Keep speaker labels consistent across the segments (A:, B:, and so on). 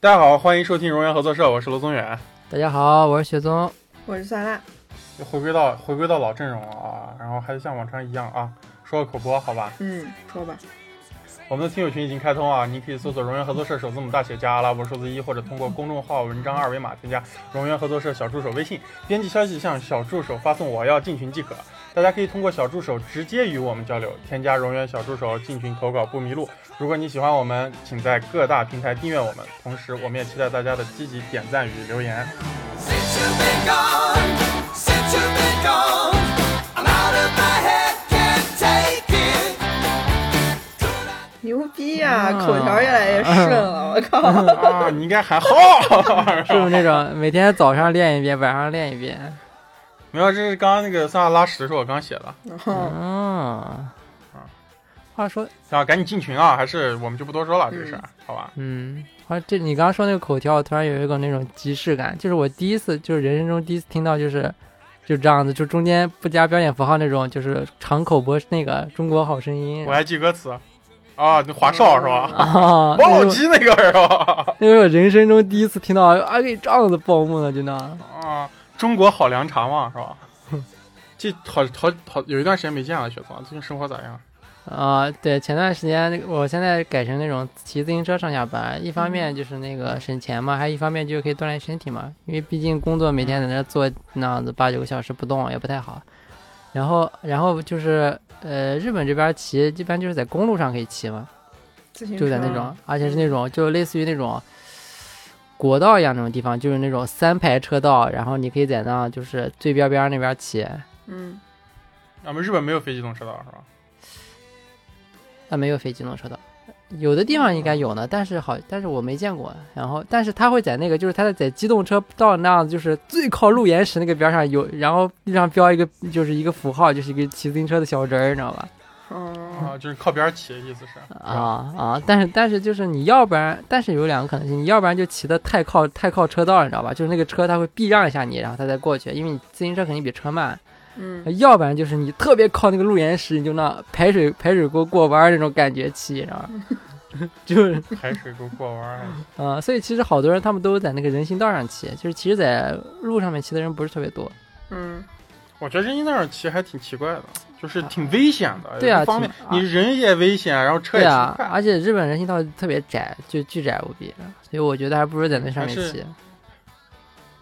A: 大家好，欢迎收听荣源合作社，我是罗宗远。
B: 大家好，我是 雪宗。
C: 我是酸辣，
A: 回归到回归到老阵容了啊，然后还是像往常一样啊，说个口播好吧？
C: 嗯，说吧，
A: 我们的听友群已经开通啊，你可以搜索“荣源合作社”首字母大写加阿拉伯数字一，或者通过公众号文章二维码添加“荣源合作社小助手”微信，编辑消息向小助手发送“我要进群”即可。大家可以通过小助手直接与我们交流，添加荣源小助手进群投稿不迷路。如果你喜欢我们，请在各大平台订阅我们，同时我们也期待大家的积极点赞与留 言。
D: Since you've been gone, since you've been gone, I'm out of my head, can't take it.
C: 牛逼呀、
B: 嗯
C: 口条越来越顺 了，我靠，
A: 啊，你应该喊好，
B: 是不是那种每天早上练一遍，晚上练一遍？
A: 没有，这是刚刚那个萨拉屎是我刚写的。
C: 然后
B: 嗯，话说，
A: 啊，赶紧进群啊！还是我们就不多说了这个事儿，好吧？
B: 嗯，话这你刚刚说那个口条，我突然有一种那种即视感，就是我第一次，就是人生中第一次听到，就是就这样子，就中间不加标点符号那种，就是长口播那个《中国好声音
A: 我》还记歌词，啊，那华少是吧？
B: 啊，
A: 王
B: 那
A: 老
B: 是
A: 吉那个是吧？
B: 那是我人生中第一次听到，啊，给这样子报幕呢，真的。
A: 啊，中国好凉茶嘛是吧？这好好好，有一段时间没见了，雪松，最近生活咋样？
B: 啊、对，前段时间那个我现在改成那种骑自行车上下班，一方面就是那个省钱嘛，还有一方面就是可以锻炼身体嘛，因为毕竟工作每天在那坐那样子八九个小时不动也不太好。然后，然后就是呃，日本这边骑一般就是在公路上可以骑嘛，
C: 自行车
B: 就在那种，而且是那种就类似于那种国道一样那种地方，就是那种三排车道，然后你可以在那就是最边边那边骑，
C: 嗯，
A: 俺们日啊本没有非机动车道是吧？
B: 啊，没有非机动车道，有的地方应该有呢，但是好，但是我没见过。然后，但是他会在那个，就是他在机动车道那样，就是最靠路岩石那个边上有，然后地上标一个，就是一个符号，就是一个骑自行车的小人儿，你知道吧？
C: 哦，
A: 啊，就是靠边儿骑，意思是
B: 啊，啊！但是但是就是你要不然，但是有两个可能性，你要不然就骑的太靠太靠车道了，你知道吧？就是那个车它会避让一下你，然后它再过去，因为你自行车肯定比车慢。
C: 嗯，
B: 要不然就是你特别靠那个路岩石，你就那排水排水沟过弯儿那种感觉骑，然后 就是
A: 排水沟过弯儿。
B: 呃，所以其实好多人他们都在那个人行道上骑，就是其实，在路上面骑的人不是特别多。
C: 嗯，
B: 哎
A: 我觉得人家那儿骑还挺奇怪的，就是挺危险的，
B: 对啊
A: 不方便
B: 挺，啊
A: 你人也危险，然后车
B: 对
A: 也骑
B: 啊
A: 不快，，
B: 而且日本人行道特别窄，就巨窄无比，所以我觉得还不如在那上面
A: 还是
B: 骑。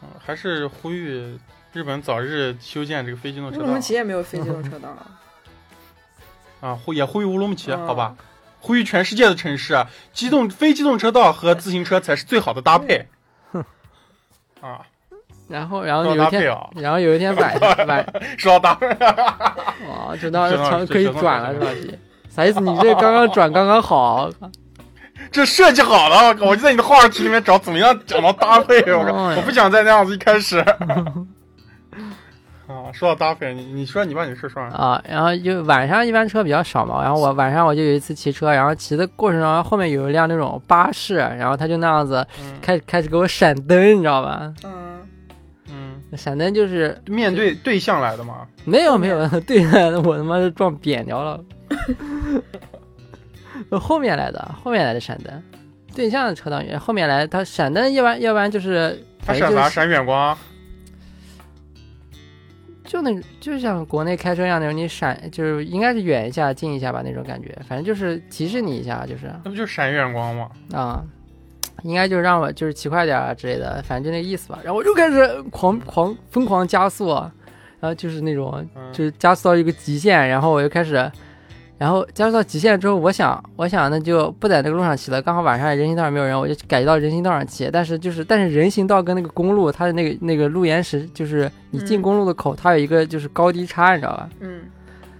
A: 嗯还是呼吁日本早日修建这个非机动
C: 乌
A: 车
C: 鲁
A: 道
C: 木齐也没有非机动车道，
A: 啊，呼也呼吁乌鲁木齐，
B: 啊
C: 嗯
A: 好吧，呼吁全世界的城市，啊，机动非机动车道和自行车才是最好的搭配。啊，
B: 然后，然后
A: 说
B: 有
A: 搭
B: 一
A: 配
B: 天，
A: 啊，
B: 然后有一天晚上晚，
A: 说到搭配，
B: 哦，知道
A: 知道
B: 成
A: 知
B: 可以
A: 知道
B: 转了
A: 知
B: 是
A: 道
B: 吧？姐啥意思？你这刚刚转刚刚好，
A: 这设计好了，我靠我就在你的话题里面找怎么样讲到搭配，我靠，
B: 哎呀
A: 我不想再那样子一开始。 啊，说到搭配，你你说你把你的事说完。
B: 啊，然后就晚上一般车比较少嘛，然后我晚上我就有一次骑车，然后骑的过程中后面有一辆那种巴士，然后他就那样子
A: 嗯
B: 开始开始给我闪灯，你知道吧？
C: 嗯，
A: 嗯，
B: 闪灯就是
A: 面对对象来的嘛，
B: 没有没有， 对的，我他妈是撞扁掉了。 后面来的，后面来的闪灯，对向的车道员后面来，他闪灯，要不然要不然就是
A: 他
B: 反
A: 闪
B: 正哎就
A: 啥？
B: 是
A: 闪远光。
B: 就那就像国内开车一样那种，你闪就是应该是远一下近一下吧那种感觉，反正就是提示你一下，就是
A: 那不就是闪远光吗？
B: 啊、应该就是让我就是骑快点啊之类的，反正就那个意思吧。然后我就开始狂狂疯狂加速，啊然后就是那种
A: 嗯，
B: 就是加速到一个极限，然后我又开始，然后加速到极限之后，我想，我想那就不在那个路上骑了，刚好晚上人行道上没有人，我就改到人行道上骑。但是就是，但是人行道跟那个公路，它的那个那个路沿石，就是你进
C: 嗯
B: 公路的口，它有一个就是高低差，你知道吧？
C: 嗯，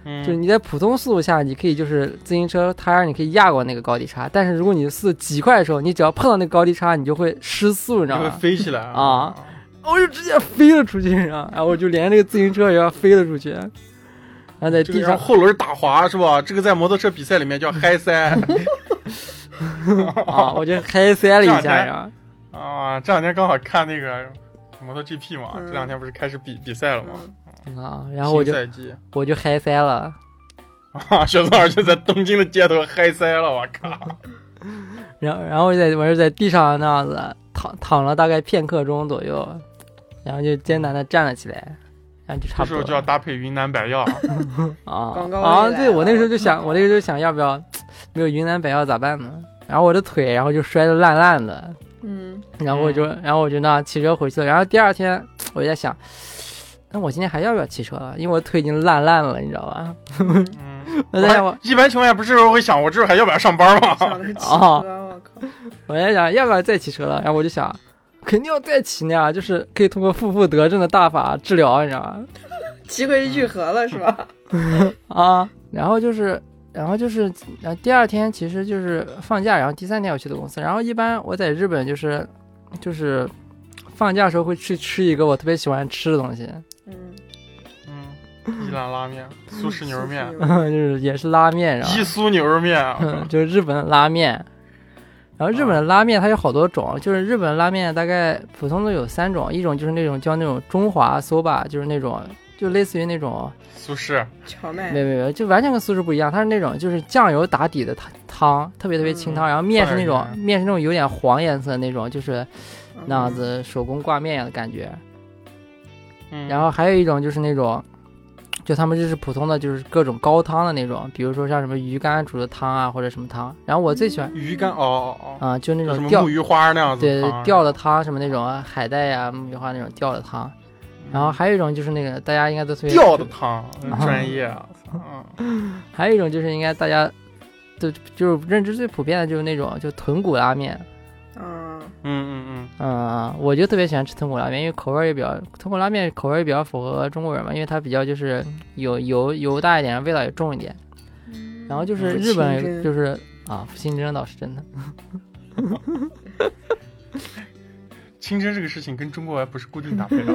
A: 嗯
B: 就是你在普通速度下，你可以就是自行车胎儿，你可以压过那个高低差。但是如果你的速度极快的时候，你只要碰到那个高低差，你就会失速，你知
A: 就
B: 道
A: 会
B: 吗？
A: 飞起来
B: 啊！我就直接飞了出去，你知道吗？然后我就连那个自行车也要飞了出去，然后在
A: 这个
B: 地
A: 让
B: 上
A: 后轮打滑是吧？这个在摩托车比赛里 面叫嗨塞
B: 啊，我就嗨塞了一
A: 这两
B: 下，
A: 天
B: 然后
A: 啊！这两天刚好看那个摩托 GP 嘛，
C: 嗯
A: 这两天不是开始比比赛了吗？
C: 嗯
B: 啊，然后我就
A: 新赛季
B: 我就嗨塞了，
A: 啊，雪松老师就在东京的街头嗨塞了，我靠！
B: 然后然后我就在我就在地上那样子躺躺了大概片刻钟左右，然后就艰难的站了起来，然后就
A: 这
B: 差不
A: 时
B: 多
A: 候
B: 了。
A: 就要搭配云南白 药，
B: 啊
C: 广告位
B: 啊！
C: 来
B: 对
C: 了
B: 我那时候就想，我那时候就想要不要没有云南白药咋办呢？然后我的腿，然后就摔得烂烂的，
C: 嗯，
B: 然后我就，然后我就那骑车回去了。然后第二天我就在想，那我今天还要不要骑车了？因为我腿已经烂烂了，你知道吧？
A: 嗯，
B: 我在想我，
A: 一般情况下不是会想我这还要不要上班吗？
C: 想的是汽车，
B: 哦
C: 我靠，
B: 我在想要不要再骑车了。然后我就想，肯定要再骑呢，就是可以通过负负得正的大法治疗，你知道吗？
C: 骑回去愈合了 是吧？
B: 啊，然后就是，然后就是，然后第二天其实就是放假，然后第三天我去的公司。然后一般我在日本就是，就是放假的时候会去吃一个我特别喜欢吃的东西，
C: 嗯，
A: 嗯，伊兰拉面、苏式牛肉面、
B: 就是也是拉面，然后
A: 伊苏牛肉面啊，
B: 嗯，就是日本的拉面。然后日本的拉面它有好多种，就是日本拉面大概普通的有三种，一种就是那种叫那种中华 soba，就是那种就类似于那种
A: 苏式，
C: 荞麦
B: 没，没没，就完全跟苏式不一样，它是那种就是酱油打底的汤汤，特别特别清
A: 嗯
B: 汤，然后面是那种
A: 蒜
B: 面是那种有点黄颜色的那种，就是
C: 嗯
B: 那样子手工挂面一样的感觉。
A: 嗯，
B: 然后还有一种就是那种，就他们就是普通的就是各种高汤的那种，比如说像什么鱼干煮的汤啊或者什么汤。然后我最喜欢
A: 鱼干，哦哦哦，
B: 啊、就那
A: 有什
B: 种
A: 么
B: 吊
A: 木鱼花那样子
B: 对
A: 的汤，啊
B: 吊的汤什么那种啊海带呀、木鱼花那种吊的汤。
A: 嗯，
B: 然后还有一种就是那个大家应该都特别
A: 吊的汤，专业啊，嗯
B: 还有一种就是应该大家都就是认知最普遍的就是那种就豚骨拉面，
C: 嗯，
A: 嗯嗯
B: 嗯，我就特别喜欢吃豚骨拉面，因为口味儿也比较豚骨拉面口味儿也比较符合中国人嘛，因为它比较就是有油油大一点，味道也重一点。然后就是
C: 不
B: 日
C: 嗯清
B: 本
C: 蒸
B: 就是啊，不清蒸倒是真的，
A: 嗯，清蒸这个事情跟中国还不是固定搭配的，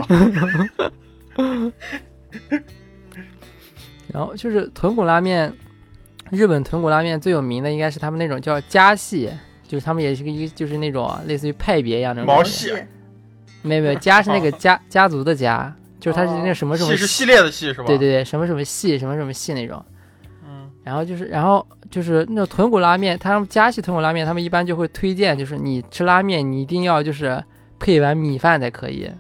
B: 然后就是豚骨拉面，日本豚骨拉面最有名的应该是他们那种叫家系，就是他们也是个一就是那种类似于派别一样的那种
A: 毛
B: 东
A: 细
B: 西，
A: 蟹
B: 没有没有家是那个家家族的家，就是它是那什么什么
A: 系哦是系列的系是吧？
B: 对对，对什么什么系什么什么系那种。
A: 嗯
B: 然后就是，然后就是那种豚骨拉面，他们加系豚骨拉面，他们一般就会推荐，就是你吃拉面，你一定要就是配碗米饭才可以。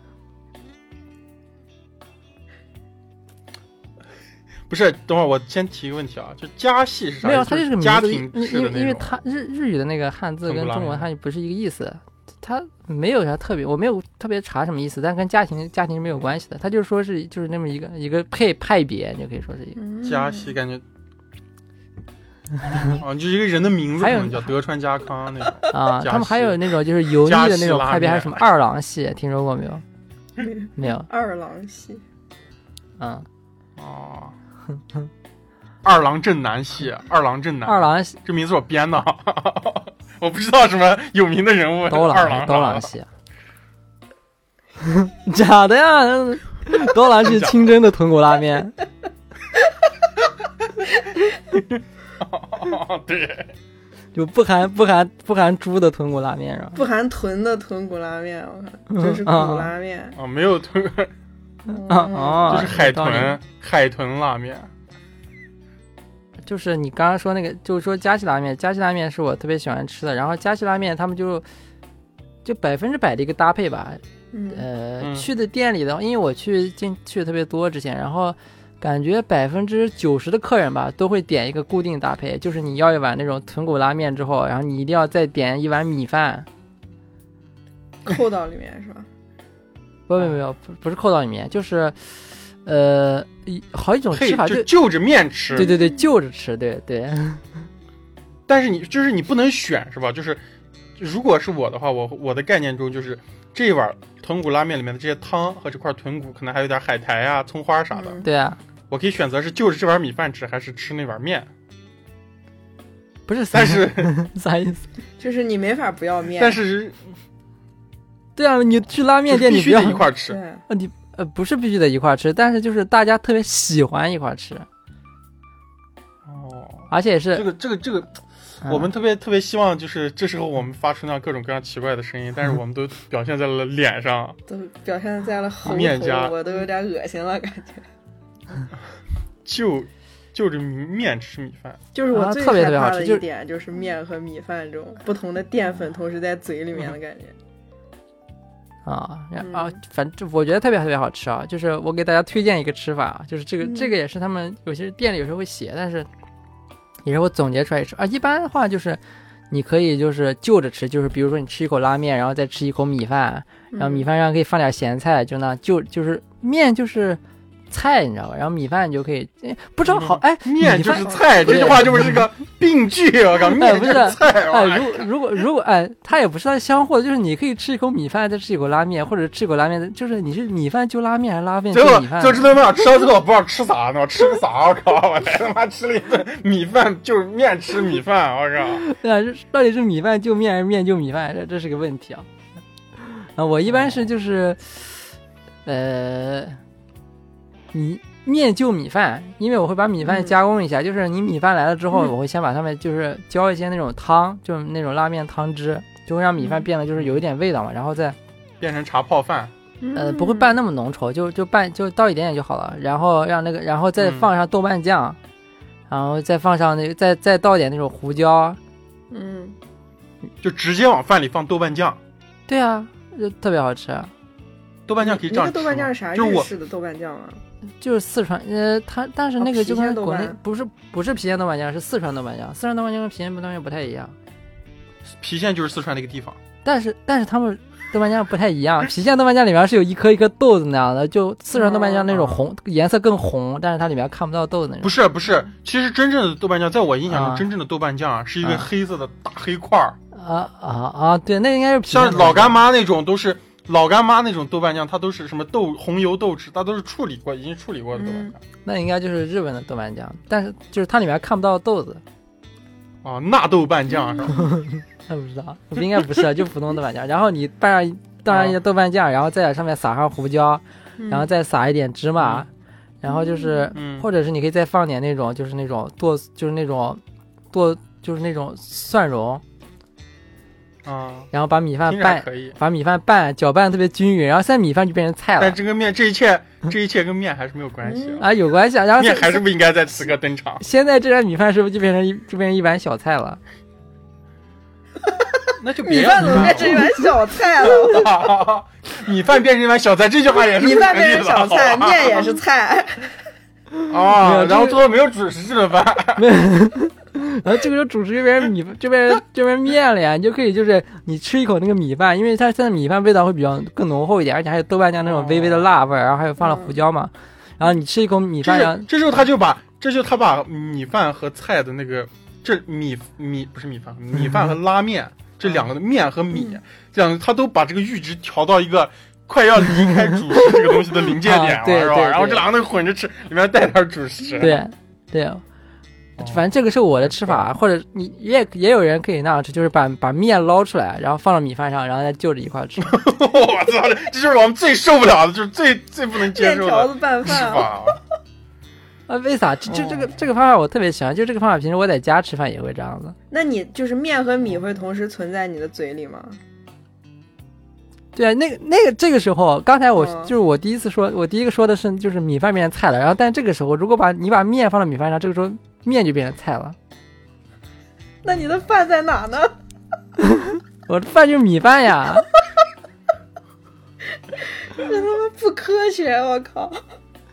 A: 不是，等会儿我先提一个问题啊，就家系是啥意思？
B: 没有，它
A: 就
B: 这个名
A: 家
B: 字，
A: 庭
B: 因为
A: 式
B: 因
A: 的
B: 为因
A: 那
B: 为
A: 种，
B: 它日日语的那个汉字
A: 豚
B: 跟
A: 骨拉
B: 中文
A: 面
B: 汉语不是一个意思，它没有啥特别，我没有特别查什么意思，但跟家庭家庭是没有关系的，它就是说是就是那么一个一个配派别，你就可以说是一 个。
C: 嗯
A: 家系感觉。啊，就是一个人的名字，可
B: 还有
A: 能叫德川家康那种。
B: 啊，
A: 夹
B: 他们还
A: 系
B: 有那种就是油腻
A: 夹
B: 的那
A: 系
B: 种
A: 拉
B: 派别，还有
A: 面
B: 什么二郎系，听说过没有？
C: 嗯
B: 没有，
C: 二郎系，
B: 嗯，
A: 哦，二郎镇南系，二郎镇南，
B: 二 郎系
A: 这名字我编的，我不知道什么有名的人物。
B: 刀
A: 二
B: 郎，
A: 郎，啊
B: 刀郎系， 假的呀！刀郎 是清蒸的豚骨拉面，
A: 对，
B: 就不含不含不含猪的豚骨拉面是吧？
C: 不含豚的豚骨拉面，我靠，
B: 嗯
C: 这是骨
B: 啊
C: 拉面，
A: 啊，没有豚，
B: 啊
C: 嗯
B: 哦，
A: 就是海
B: 有道
A: 豚，海豚拉面。
B: 理就是你刚刚说那个，就是说加西拉面，加西拉面是我特别喜欢吃的。然后加西拉面他们就就百分之百的一个搭配吧，
C: 嗯，
B: 呃，
A: 嗯
B: 去的店里的，因为我去进去的特别多之前，然后感觉百分之九十的客人吧都会点一个固定搭配，就是你要一碗那种豚骨拉面之后，然后你一定要再点一碗米饭，
C: 扣到里面是吧？
B: 不不不
A: 嗯
B: 不不是扣到里面，就是呃一好几种
A: 配
B: 吃法
A: 就
B: 就。
A: 就着面吃。
B: 对对对，就着吃，对 对，
A: 但是你就是你不能选是吧？就是如果是我的话，我我的概念中就是这一碗豚骨拉面里面的这些汤和这块豚骨，可能还有点海苔啊、葱花啥的，
C: 嗯
B: 对啊，
A: 我可以选择是就是这碗米饭吃，还是吃那碗面。
B: 不是啥
A: 但 是
B: 啥意思？
C: 就是你没法不要面，
A: 但是
B: 对啊，你去拉面
A: 就是
B: 店，
A: 必
B: 你
A: 须
B: 不
A: 得
B: 要
A: 一块儿吃。
C: 对，
B: 呃你呃不是必须得一块儿吃，但是就是大家特别喜欢一块儿吃，
A: 哦，
B: 而且
A: 这
B: 是
A: 个这个这个，
B: 嗯
A: 我们特别特别希望就是这时候我们发出那样各种各样奇怪的声音，但是 我们都表现在了脸上。
C: 都表现在了喉
A: 面夹
C: 头，我都有点恶心了，感觉。
A: 就就着米面吃米饭。
C: 就是我
B: 啊
C: 最
B: 特别特
C: 害
B: 别好
C: 怕
B: 吃
C: 的
B: 就
C: 一点，就是面和米饭这种不同的淀粉同时在嘴里面的感觉。
B: 啊，然
C: 嗯
B: 啊，反正我觉得特别特别好吃啊！就是我给大家推荐一个吃法啊，就是这个、这
C: 嗯
B: 个也是他们有些店里有时候会写，但是也是我总结出来吃啊。一般的话就是你可以就是就着吃，就是比如说你吃一口拉面，然后再吃一口米饭，然
C: 嗯
B: 后米饭上可以放点咸菜，就那就就是面就是菜，你知道吧？然后米饭你就可以，哎不知道好哎，
A: 嗯面
B: 米
A: 就
B: 饭
A: 是菜，这句话就是个病句。我靠，面就是菜。我
B: 哎，如果如果如果哎，它也不是它相互的，就是你可以吃一口米饭，再吃一口拉面，或者吃一口拉面，就是你是米饭就拉面，还是拉面
A: 结
B: 就
A: 果
B: 米饭？
A: 就这顿饭吃到最后不知道吃啥呢，我吃个啥？我靠！我才他妈吃了一顿米饭，就是面吃米饭。我靠！
B: 对啊，这到底是米饭就面还是面就米饭？这这是个问题啊。啊，我一般是就是，呃，米面就米饭，因为我会把米饭
C: 嗯
B: 加工一下，就是你米饭来了之后，
A: 嗯
B: 我会先把它们就是浇一些那种汤，就是那种拉面汤汁，就会让米饭
C: 嗯
B: 变得就是有一点味道嘛，然后再
A: 变成茶泡饭，
C: 嗯
B: 呃，不会拌那么浓稠，就就拌就倒一点点就好了。然后让那个，然后再
A: 嗯
B: 放上豆瓣酱，然后再放上那个，再再倒点那种胡椒。
C: 嗯，
A: 就直接往饭里放豆瓣酱。
B: 对啊，就特别好吃。
A: 豆瓣酱可以
C: 你
A: 这样
C: 嗯那个
A: 吃吗。
C: 豆瓣酱是啥？
A: 就是
C: 日
A: 我
C: 式的豆瓣酱啊？
B: 就是四川，呃，它但是那个
C: 哦
B: 就
C: 郫县
B: 跟
C: 豆
B: 国内
C: 瓣
B: 不是不是郫县豆瓣酱，是四川豆瓣酱。四川豆瓣酱跟郫县豆瓣酱不太一样，
A: 郫县就是四川的一个地方。
B: 但是但是他们豆瓣酱不太一样。郫县豆瓣酱里面是有一颗一颗豆子那样的，就四川豆瓣酱那
C: 哦
B: 种红颜色更红，但是它里面看不到豆子
C: 嗯
B: 那种。
A: 不是不是，其实真正的豆瓣酱，在我印象中，
B: 啊
A: 真正的豆瓣酱啊是一个
C: 嗯
B: 啊
A: 黑色的大黑块儿，
B: 啊啊啊！对，那应该是郫县
A: 像
B: 豆瓣
A: 老
B: 酱
A: 干妈那种都是。老干妈那种豆瓣酱，它都是什么豆红油豆豉，它都是处理过，已经处理过的豆
C: 嗯
A: 瓣酱。
B: 那应该就是日本的豆瓣酱，但是就是它里面看不到豆子，
A: 啊，纳豆瓣酱是
C: 嗯
A: 吧？
B: 那不知道，应该不是，就普通豆瓣酱。然后你拌上倒上一
A: 哦
B: 些豆瓣酱，然后再在上面撒上胡椒，
C: 嗯
B: 然后再撒一点芝麻，然后就是，
A: 嗯，
B: 或者是你可以再放点那种，就是那种剁，就是那种剁，就是那种蒜蓉，
A: 啊，
B: 然后把米饭
A: 听着还
B: 拌，
A: 可以。
B: 把米饭拌搅拌得特别均匀，然后现在米饭就变成菜
A: 但
B: 了
A: 这个面，这一切，这一切跟面还是没有关
C: 嗯
A: 系啊。
B: 啊，有关系啊。然后
A: 面
B: 现
A: 还是不应该在此刻登场。
B: 现在这碗米饭是不是就变成一就变成一碗小菜了？
A: 那就
C: 米饭怎么变成一碗小菜了？
A: 了？ 米饭变成一碗小菜，这句 话也是
C: 米饭变成
A: 不成
C: 小
A: 立的
C: 菜，
A: 好吧
C: 面也是菜。
B: 没有
A: 啊。
B: 这
A: 然后
B: 个
A: 最后没有主食这顿饭，
B: 没有，然后这个时候主食这边米这边这边面了呀，你就可以就是你吃一口那个米饭，因为它现在米饭味道会比较更浓厚一点，而且还有豆瓣酱那种微微的辣味儿，然后还有放了胡椒嘛，然后你吃一口米
A: 这
B: 饭，然
A: 是
B: 后
A: 这时候他就把这就他把米饭和菜的那个这米米不是米饭，米饭和拉面这两个
B: 嗯
A: 的面和米这两个，他都把这个阈值调到一个。快要离开主食这个东西的临界点
B: 啊
A: 了，
B: 对
A: 是吧？
B: 对
A: 然后
B: 对
A: 这两个东西混着吃，里面带点主食。
B: 对对。反正这个是我的吃法，或者你也也有人可以那样吃，就是把把面捞出来，然后放到米饭上，然后再就着一块儿吃。
A: 我操，这就是我们最受不了的，就是最最不能 接
C: 面
A: 受
C: 条
A: 的
C: 子拌
A: 吃
C: 饭啊，
A: 法。
B: 啊，为啥？这这这个
A: 哦
B: 这个方法我特别喜欢，就这个方法，平时我在家吃饭也会这样子。
C: 那你就是面和米会同时存在你的嘴里吗？
B: 对啊，那个那个这个时候，刚才我、
C: 嗯
B: 就是我第一次说，我第一个说的是就是米饭变成菜了，然后但这个时候如果把你把面放到米饭上，这个时候面就变成菜了。
C: 那你的饭在哪呢？
B: 我的饭就是米饭呀，
C: 这他妈不科学！我靠，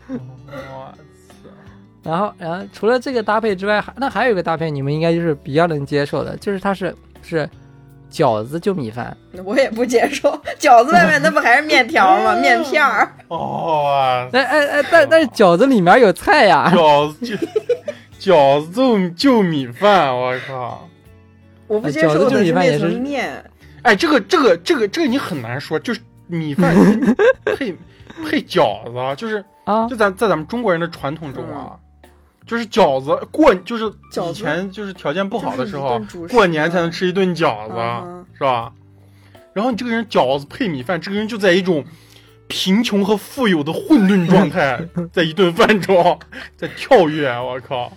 A: 哇
B: 然后然后除了这个搭配之外，还那还有一个搭配你们应该就是比较能接受的，就是它是是饺子就米饭，
C: 我也不接受。饺子外面那不还是面条吗？面片儿。
A: 哦，
B: 哎哎哎，但但是饺子里面有菜呀，
A: 饺子 就饺子就就米饭，我靠！
C: 我不接受
B: 哎饺子就是
C: 的
B: 米饭也
C: 那
B: 是
C: 层面，
A: 哎，这个这个这个这个你很难说，就是米饭 跟配配饺子啊，就是
B: 啊
A: 就咱在咱们中国人的传统中啊，就是饺子过就是
C: 嗯饺子
A: 以前就是条件不好的时
C: 就是
A: 候
C: 一顿主，食
A: 过年才能吃一顿饺子，
C: 嗯
A: 是吧？然后你这个人饺子配米饭，这个人就在一种贫穷和富有的混沌状态， 在一顿饭中在跳跃，啊我靠！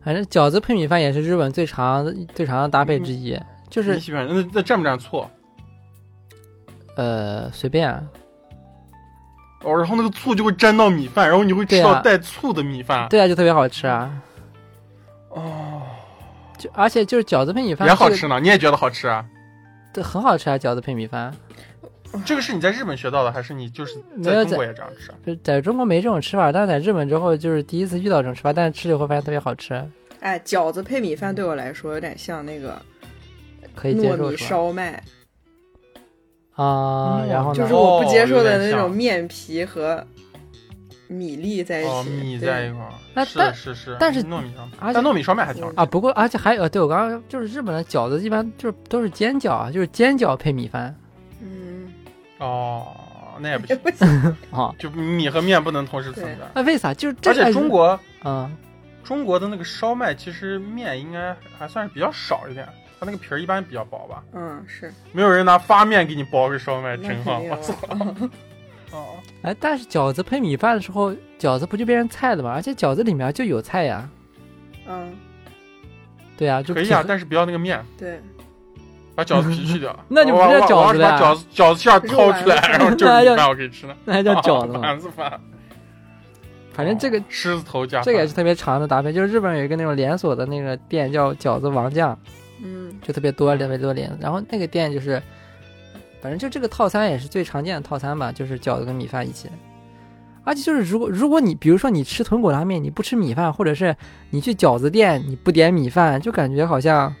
B: 反正饺子配米饭也是日本最常最常的搭配之一，就
A: 你
B: 是
A: 喜欢那那蘸不蘸醋？
B: 呃随便啊、
A: 哦，然后那个醋就会沾到米饭，然后你会吃
B: 对
A: 到
B: 啊
A: 带醋的米饭。
B: 对啊，就特别好吃啊。
A: 哦，
B: 就而且就是饺子配米饭，
A: 也好吃，呢，你也觉得好吃啊？
B: 对，很好吃啊！饺子配米饭，
A: 这个是你在日本学到的，还是你就是
B: 没
A: 在
B: 有
A: 中国也这样吃啊？
B: 就在中国没这种吃法，但是在日本之后就是第一次遇到这种吃法，但是吃了以后发现特别好吃，
C: 哎，饺子配米饭对我来说有点像那个
B: 可以接
C: 糯
B: 受
C: 米
B: 是吧？
C: 烧麦，
B: 啊、
A: 嗯
B: 然后
C: 就
B: 呢
C: 是？我不接受的
A: 哦有点
C: 那
A: 像
C: 种面皮和米粒在一
A: 哦，
C: 起。
A: 米
C: 对
A: 在一块儿，
B: 哎那
A: 是
B: 但
A: 是是，
B: 但是
A: 糯米烧麦，
B: 而且
A: 但糯米烧麦还挺好吃
B: 啊，不过而且还有，对我刚刚就是日本的饺子一般就是都是煎饺啊，就是煎饺配米饭
C: 嗯，
A: 哦，那也不
C: 也
A: 行，
C: 不 行，
B: 啊。
A: 就米和面不能同时存在。
B: 那、为啥就是这？
A: 而且中国
B: 啊、
A: 中国的那个烧麦，其实面应该还算是比较少一点，它那个皮儿一般比较薄吧，
C: 嗯，是，
A: 没有人拿发面给你包个烧麦，
C: 那
A: 真
C: 肯
A: 好。
C: 定
A: 我
C: 啊
A: 操！ 哦，
B: 哎，但是饺子配米饭的时候，饺子不就变成菜了吗？而且饺子里面就有菜呀，
C: 嗯，
B: 对呀、就
A: 可以啊，
B: 挺
A: 但是不要那个面，
C: 对，
A: 把饺子皮去掉
B: 。那就不叫饺子
A: 我要
B: 了
A: 是把饺子饺子馅儿掏出来，
C: 肉丸
A: 然后就是米饭，我可以吃了。
B: 那嗯还叫饺 子吗？
A: 丸子饭。
B: 反正这个
A: 哦狮子头加
B: 这个也
A: 饭
B: 是特别长的搭配，就是日本有一个那种连锁的那个店叫饺子王酱，
C: 嗯，
B: 就特别多特别多连，然后那个店就是，反正就这个套餐也是最常见的套餐吧，就是饺子跟米饭一起。而且就是如果如果你比如说你吃豚骨拉面，你不吃米饭，或者是你去饺子店你不点米饭，就感觉好像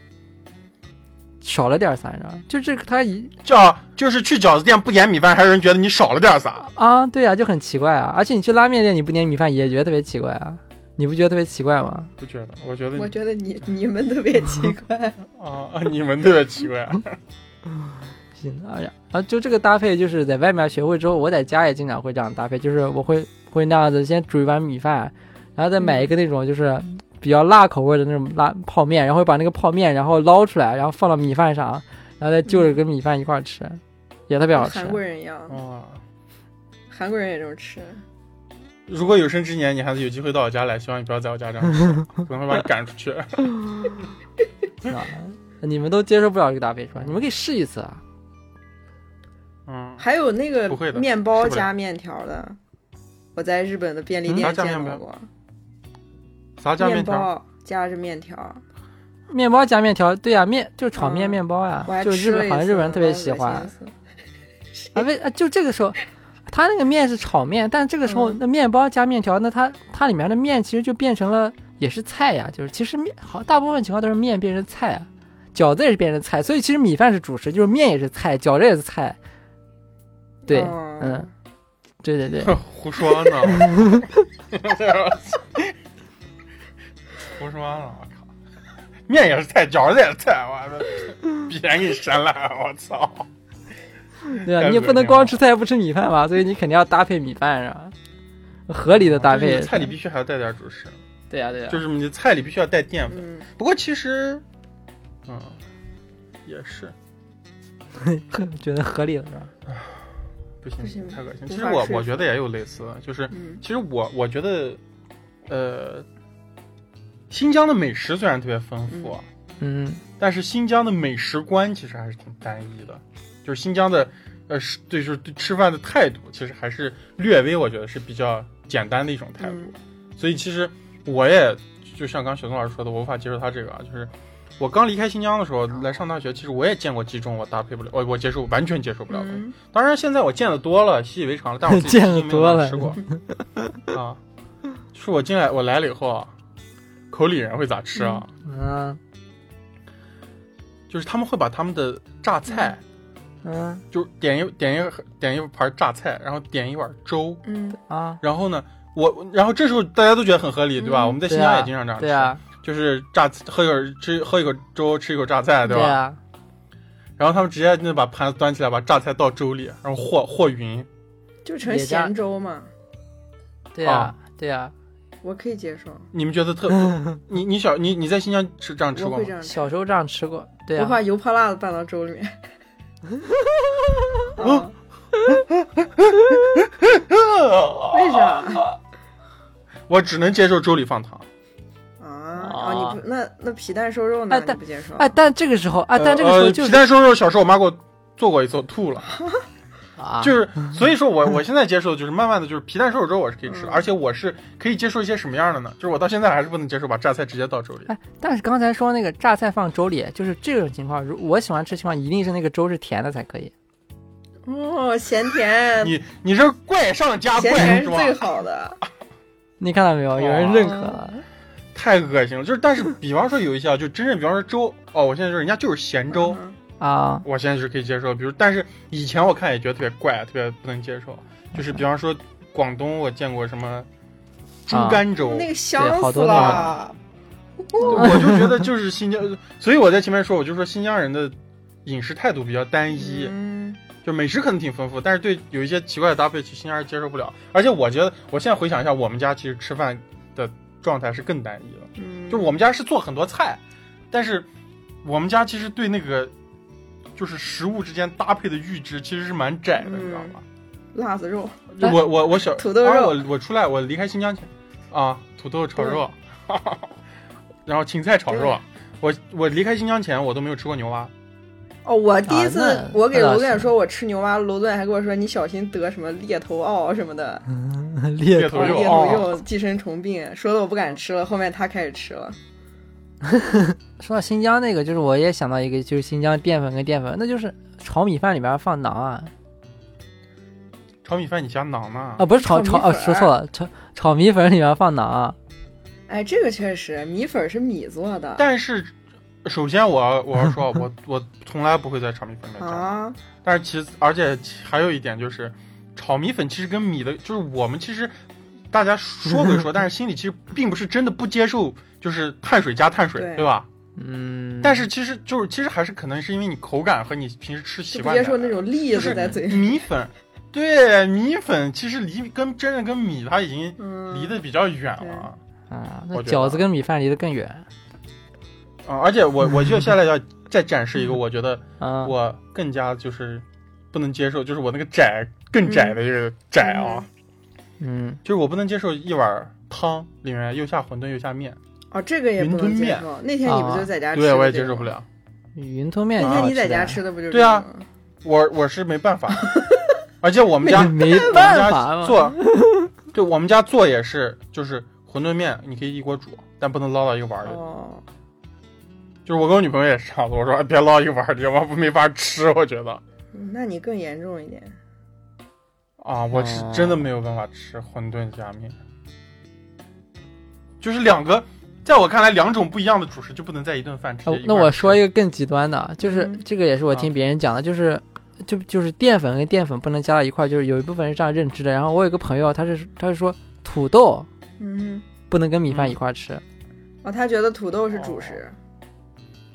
B: 少了点啥，你知道吗？就这个它一
A: 叫就是去饺子店不点米饭，还有人觉得你少了点啥。
B: 啊，对啊，就很奇怪啊。而且你去拉面店你不点米饭也觉得特别奇怪啊，你不觉得特别奇怪吗？
A: 不觉得，我觉得
C: 我觉得你你们特别奇 怪，
A: 啊、你们特别奇怪。啊
B: 行，哎呀，啊，就这个搭配，就是在外面学会之后，我在家也经常会这样搭配，就是我会会那样子，先煮一碗米饭，然后再买一
C: 嗯
B: 个那种就是比较辣口味的那种辣泡面，然后会把那个泡面然后捞出来，然后放到米饭上，然后再
C: 嗯
B: 就着跟米饭一块儿吃，也特别好吃
C: 韩。国人一样，
B: 嗯
A: 啊，
C: 韩国人也这么吃，
A: 如果有生之年你还是有机会到我家来，希望你不要在我家这样吃，可能会把你赶出去。
B: 啊你们都接受不了这个搭配是吧？你们可以试一次啊。
A: 嗯，
C: 还有那个
A: 不会的
C: 面包
A: 吃不了
C: 加面条的，我在日本的便利
A: 啥
B: 嗯
C: 店
A: 加
C: 见
A: 面
C: 到
A: 包
C: 过，
A: 啥加面条？啊
C: 包加着面条，
B: 面包加面条，对呀、面就是炒面
C: 嗯
B: 面包呀、
C: 我还
B: 就日
C: 吃了
B: 本
C: 一
B: 好像日本人
C: 次
B: 特别
C: 老
B: 喜
C: 恶心
B: 欢。
C: 一次
B: 啊为啊就这个时候，它那个面是炒面，但这个时候
C: 嗯
B: 那面包加面条，那它它里面的面其实就变成了也是菜呀，就是其实面好大部分情况都是面变成菜啊，饺子也是变成菜，所以其实米饭是主食，就是面也是菜，饺子也是菜。对，
C: 哦
B: 嗯，对对 对，
A: 胡说呢！ 胡说呢！我靠，面也是菜，饺子也是菜，我操，脸给你扇烂！我操！
B: 对啊，
A: 太
B: 你也
A: 恶
B: 不能
A: 心
B: 光
A: 了
B: 吃菜不吃米饭吧，所以你肯定要搭配米饭是吧？合理的搭
A: 就是
B: 配
A: 你，菜里必须还要带点主食，
B: 对啊呀、对呀、
A: 就是你的菜里必须要带淀粉。
C: 嗯，
A: 不过其实，嗯，也是。
B: 觉得合理了是吧？
A: 不行，
C: 不行
A: 太恶心。
C: 无
A: 其实
C: 法
A: 我
C: 说
A: 我
C: 服
A: 觉得也有类似的，就是
C: 嗯
A: 其实我我觉得，呃，新疆的美食虽然特别丰富啊，
B: 嗯，
A: 但是新疆的美食观其实还是挺单一的，就是新疆的呃是对就是对吃饭的态度，其实还是略微我觉得是比较简单的一种态度。
C: 嗯
A: 所以其实我也就像刚雪松老师说的，我无法接受他这个啊，就是。我刚离开新疆的时候，
B: 哦
A: 来上大学，其实我也见过几种我搭配不了，我我接受完全接受不了的东西。
C: 嗯
A: 当然，现在我见的多了，习以为常了。 但我自己
B: 见得多了
A: 吃过 啊，就是我进来我来了以后，啊，口里人会咋吃啊？
B: 嗯
A: 就是他们会把他们的榨菜，
B: 嗯
A: 就点一点一点一盘榨菜，然后点一碗粥，
C: 嗯
B: 啊，
A: 然后呢，我然后这时候大家都觉得很合理，对吧？
C: 嗯
A: 我们在
B: 对
A: 新疆
B: 啊
A: 也经常这样吃，
B: 对呀、
A: 就是榨喝一口吃喝一口粥，吃一口榨菜，
B: 对
A: 啊
B: 啊
A: 吧？
B: 呀、
A: 然后他们直接就把盘子端起来，把榨菜倒粥里，然后和和匀。
C: 就成
B: 也加
C: 咸粥嘛，
B: 对呀、
A: 啊
B: 对呀、
C: 我可以接受，
A: 你们觉得 特？你你小你你在新疆吃这样吃
C: 我
A: 过
C: 会
A: 吗
C: 这？样吃，啊
B: 小时候这样吃过，对呀、
C: 我把油泼辣子拌到粥 里面。嗯，为啥
A: 我只能接受粥里放糖。
C: 啊？啊，你不那那皮蛋瘦肉
B: 哎
C: 呢？你
B: 但
C: 不接受？
B: 啊
C: 呃
B: 哎，但这个时候，哎，但这个时候就
A: 呃、皮
B: 是，
A: 蛋瘦肉，小时候我妈给我做过一次，我吐了。
B: 啊，
A: 就是，所以说我我现在接受的就是慢慢的就是皮蛋瘦肉粥我是可以
B: 嗯
A: 吃的，而且我是可以接受一些什么样的呢？就是我到现在还是不能接受把榨菜直接倒粥里。
B: 哎，但是刚才说那个榨菜放粥里，就是这种情况，如我喜欢吃情况，一定是那个粥是甜的才可以。
C: 哦，咸
B: 呃
C: 甜，
A: 你你这怪上加
C: 咸
A: 怪
C: 甜
A: 是
C: 是
A: 吧？
C: 最好的。
B: 你看到没
C: 哦
B: 有？有人认可了。
A: 太恶心了。就是但是比方说有一些啊，就真正比方说粥哦，我现在就是人家就是咸粥，
C: 嗯
B: 啊，
A: 我现在是可以接受。比如但是以前我看也觉得特别怪，特别不能接受。就是比方说广东我见过什么猪肝粥，
C: 那个香
B: 对好
C: 死
B: 多
C: 了
A: 那，我就觉得就是新疆，所以我在前面说，我就说新疆人的饮食态度比较单一，
C: 嗯，
A: 就美食可能挺丰富，但是对有一些奇怪的搭配，其实新疆人接受不了。而且我觉得，我现在回想一下，我们家其实吃饭的状态是更单一了，
C: 嗯
A: 就我们家是做很多菜，但是我们家其实对那个就是食物之间搭配的阈值其实是蛮窄的，
C: 嗯
A: 你知道吗？
C: 辣子肉，
A: 就我我我小
C: 土豆肉
A: 啊我我出来我离开新疆前啊，土豆炒肉， 然后芹菜炒肉。我我离开新疆前，我都没有吃过牛蛙。
C: 哦，我第一次、
B: 啊那
C: 我给
B: 那倒
C: 罗顿
B: 是
C: 说我吃牛蛙，罗顿还跟我说你小心得什么裂头螯什么的，
B: 裂
A: 裂头
B: 口
A: 肉
C: 裂头
A: 哦
C: 肉、寄生虫病，说的我不敢吃了。后面他开始吃了，
B: 说到新疆那个，就是我也想到一个，就是新疆淀粉跟淀粉，那就是炒米饭里边放馕啊，
A: 炒米饭你加馕呢？
B: 啊不是炒炒哦
C: 炒米粉
B: 说错了，炒炒米粉里边放馕啊，
C: 哎，这个确实，米粉是米做的
A: 但是，首先我要我要说，我我从来不会在炒米 粉里面加。
C: 啊，
A: 但是其次，而且其还有一点就是，炒米粉其实跟米的，就是我们其实大家说归 说，但是心里其实并不是真的不接受，就是碳水加碳水，
C: 对
A: 对吧？
B: 嗯，
A: 但是其实就是其实还是可能是因为你口感和你平时吃习
C: 就不
A: 惯
C: 接受
A: 带
C: 那
A: 来的
C: 种栗
A: 就
C: 子
A: 是
C: 在嘴里。
A: 米粉。对米粉，其实离跟真的跟米它已经
C: 嗯，
A: 离得比较远了。
B: 啊，那
A: 我觉得
B: 饺子跟米饭离得更远
A: 啊，而且我我就下来要再展示一个，我觉得
B: 啊，
A: 我更加就是不能接受，就是我那个窄更窄的这个窄啊，
B: 嗯
A: 就是我不能接受一碗汤里面又下馄饨又下面，
C: 哦，这个也不
A: 云吞
C: 能接
A: 面
C: 受。那天你
B: 啊
C: 不就在哎家吃
A: 对
C: 的这种吗？
A: 我也接受不 了，啊
B: 云吞面
C: 那
B: 挺好
C: 天
B: 吃的，
C: 你在家吃的不就是
A: 对啊
C: 这种吗？
A: 我我是没办 法，而且我们
B: 没
A: 家
B: 没
A: 我们
B: 办法
A: 家
B: 嘛，
A: 做，对我们家做也是，就是馄饨面你可以一锅煮，但不能捞到一个碗里。
C: 哦，
A: 就是我跟我女朋友也是这样子，我说哎别捞一个碗里，要不然没法吃，我觉得。
C: 嗯那你更严重一点。
A: 啊，我是真的没有办法吃馄饨加面，就是两个，在我看来两种不一样的主食就不能在一顿饭吃。
B: 哦那我说一个更极端的，啊就是
C: 嗯
B: 这个也是我
A: 啊
B: 听别人讲的，就是就就是淀粉跟淀粉不能加到一块儿，就是有一部分是这样认知的。然后我有个朋友，他是他是说土豆
C: 嗯，
B: 不能跟米饭
A: 嗯
B: 一块 儿吃，
C: 哦，他觉得土豆是主食，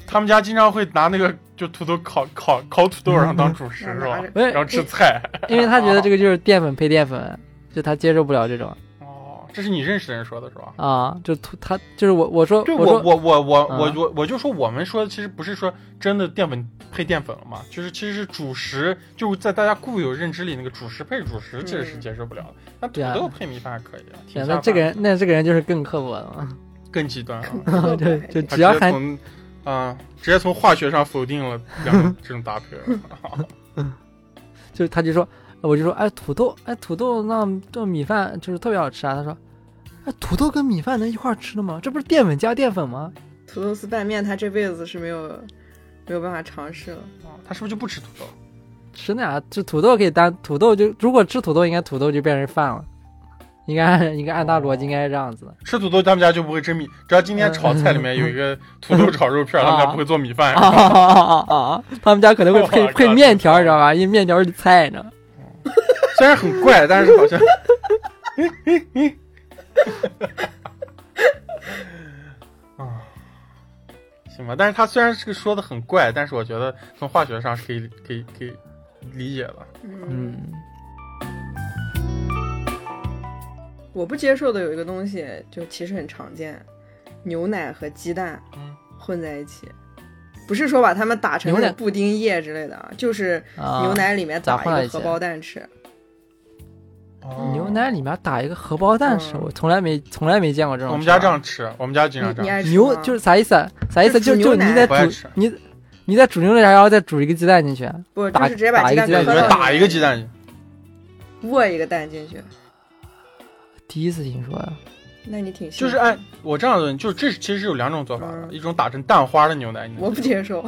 A: 他们家经常会拿那个就土豆烤烤烤土豆，然后当主食
C: 嗯
A: 是吧
C: 拿着？
B: 因为
A: 然后吃菜。
B: 因为他觉得这个就是淀粉配淀粉，就他接受不了这种
A: 哦，这是你认识的人说的是吧？
B: 啊，就土他就是我我说
A: 对
B: 说
A: 我我我我
B: 啊
A: 我我我就说我们说的其实不是说真的淀粉配淀粉了嘛，就是其实是主食，就是在大家固有认知里那个主食配主食，这个是
C: 嗯
A: 接受不了的。那
B: 对啊
A: 土豆配米饭还可以啊，挺
B: 天
A: 下
B: 那这个
A: 饭
B: 人那这个人就是更刻薄了，
A: 更极端啊。
C: 土豆
B: 就
C: 本 来
B: 就
C: 就
A: 他
B: 只要
A: 直接
B: 含
A: 从啊、直接从化学上否定了两种这种搭配。
B: 就是他就说，我就说，哎，土豆，哎，土豆那这米饭就是特别好吃啊。他说，哎，土豆跟米饭能一块儿吃的吗？这不是淀粉加淀粉吗？
C: 土豆丝拌面，他这辈子是没有没有办法尝试了。
A: 啊他是不是就不吃土豆？
B: 吃那啥，就土豆可以当土豆就，如果吃土豆，应该土豆就变成饭了。应该按应该按他逻辑应该是这样子的
A: 吃土豆他们家就不会蒸米，只要今天炒菜里面有一个土豆炒肉片，
B: 嗯
A: 他们家不会做米饭。
B: 啊啊啊啊啊！他们家可能会
A: 我
B: 配
A: 靠
B: 配面条，你知道吧？因为面条是菜呢。
A: 虽然很怪，但是好 像啊，行吧。但是他虽然是个说的很怪，但是我觉得从化学上是可以可以可以理解的。
C: 嗯，
B: 嗯，
C: 我不接受的有一个东西，就其实很常见，牛奶和鸡蛋
A: 嗯
C: 混在一起。不是说把它们打成
B: 牛
C: 那
B: 奶
C: 种布丁液之类的啊，就是
B: 啊
C: 牛奶里面
B: 咋
C: 打
B: 混在
C: 一
B: 一
C: 个
B: 起
C: 荷包蛋吃。
A: 哦
B: 牛奶里面打一个荷包蛋是，
C: 嗯
B: 我从来没从来没见过这种。
A: 我们家这样吃，我们家经常
C: 你
A: 这
C: 你
A: 样。
C: 爱吃
B: 牛
C: 吗
B: 就是啥意思？啊？啥意思？
C: 就
B: 就
C: 煮
B: 就
C: 牛奶
B: 你在
A: 不爱
B: 煮
A: 吃
B: 你你在煮牛奶，然后再煮一个鸡蛋进去，啊
C: 不就
B: 打
C: 是直接把
B: 打一
C: 鸡
B: 个
C: 蛋
B: 鸡蛋
C: 磕
A: 你
C: 到
A: 们
C: 里
A: 打
C: 面
A: 一个鸡，蛋，
C: 卧一个蛋进去，
B: 第一次听说啊呀。
C: 那你挺
A: 就
C: 幸
A: 是
C: 运
A: 按我这样的，就是这其实是有两种做法的，
C: 嗯
A: 一种打成蛋花的牛奶，你
C: 我不接受，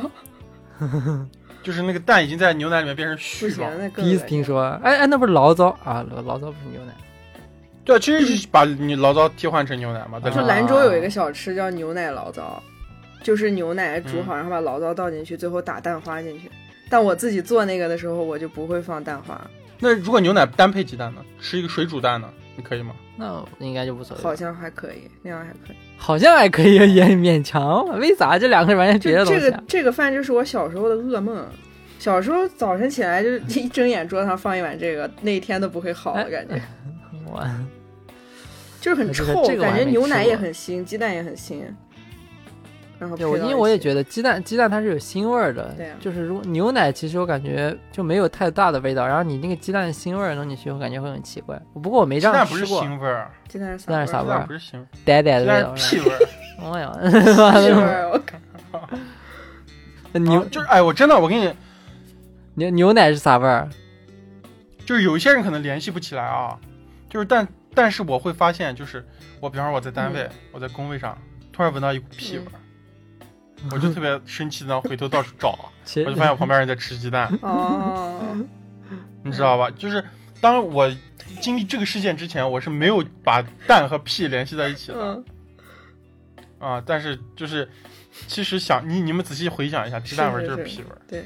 A: 就是那个蛋已经在牛奶里面变成
C: 不
A: 絮
C: 行，
A: 状，
C: 那更
B: 第一次
C: 恶
B: 听
C: 心
B: 说，哎哎，那不是醪糟啊？醪醪糟不是牛奶，
A: 对，啊其实是把你醪糟替换成牛奶嘛，在
B: 啊
A: 里
C: 就
A: 面
C: 兰州有一个小吃叫牛奶醪糟，就是牛奶煮
B: 嗯
C: 好，然后把醪糟倒进去，最后打蛋花进去。但我自己做那个的时候，我就不会放蛋花，
A: 那如果牛奶单配鸡蛋呢？吃一个水煮蛋呢？你可以吗？
B: 那应该就无所谓。
C: 好像还可以，那样还可以。
B: 好像还可以，也勉强。为啥这两个是完全
C: 就
B: 别的东
C: 这
B: 西
C: 个
B: 啊？
C: 这个饭就是我小时候的噩梦。小时候早晨起来就是
B: 嗯
C: 一睁眼桌上放一碗这个，那一天都不会好的感觉，
B: 我
C: 就是很
B: 这
C: 臭
B: 个这，个哎我还
C: 感觉
B: 没
C: 牛
B: 吃
C: 奶
B: 过
C: 也很腥，鸡蛋也很腥。然后
B: 对我
C: 配到
B: 因为
C: 一
B: 我也
C: 起
B: 觉得鸡蛋鸡蛋它是有腥味儿的，
C: 对啊
B: 就是如果牛奶其实我感觉就没有太大的味道，然后你那个鸡蛋腥味儿弄进去，我感觉会很奇怪。不过我没
A: 鸡
B: 这
A: 蛋
B: 样
A: 不是
B: 吃过，哎
A: 腥味儿，
C: 鸡蛋
B: 鸡蛋是
C: 味
B: 啥
C: 儿
A: 鸡
B: 味儿
A: 蛋不是腥味儿，
B: 呆呆
A: 鸡
B: 的味道
A: 蛋是
B: 是
A: 屁
B: 吧。
A: 味儿。啊
B: 哎 呀，
C: 屁味儿，哦我靠！
B: 牛
A: 啊就是哎，我真的，我跟你
B: 牛牛奶是啥味儿？
A: 就是有一些人可能联系不起来啊，就是但但是我会发现，就是我比方说我在单
C: 嗯
A: 位，我在工位上突然闻到一股屁味儿，
C: 嗯
A: 我就特别生气，然后回头到处 找，
B: 其
A: 我
B: 实
A: 就发现我旁边人在吃鸡蛋，
C: 哦，
A: 你知道吧？就是当我经历这个事件之前，我是没有把蛋和屁联系在一起的。
C: 嗯，
A: 啊，但是就是，其实想你你们仔细回想一下，鸡蛋味儿就是
C: 是
A: 屁味儿
C: 对，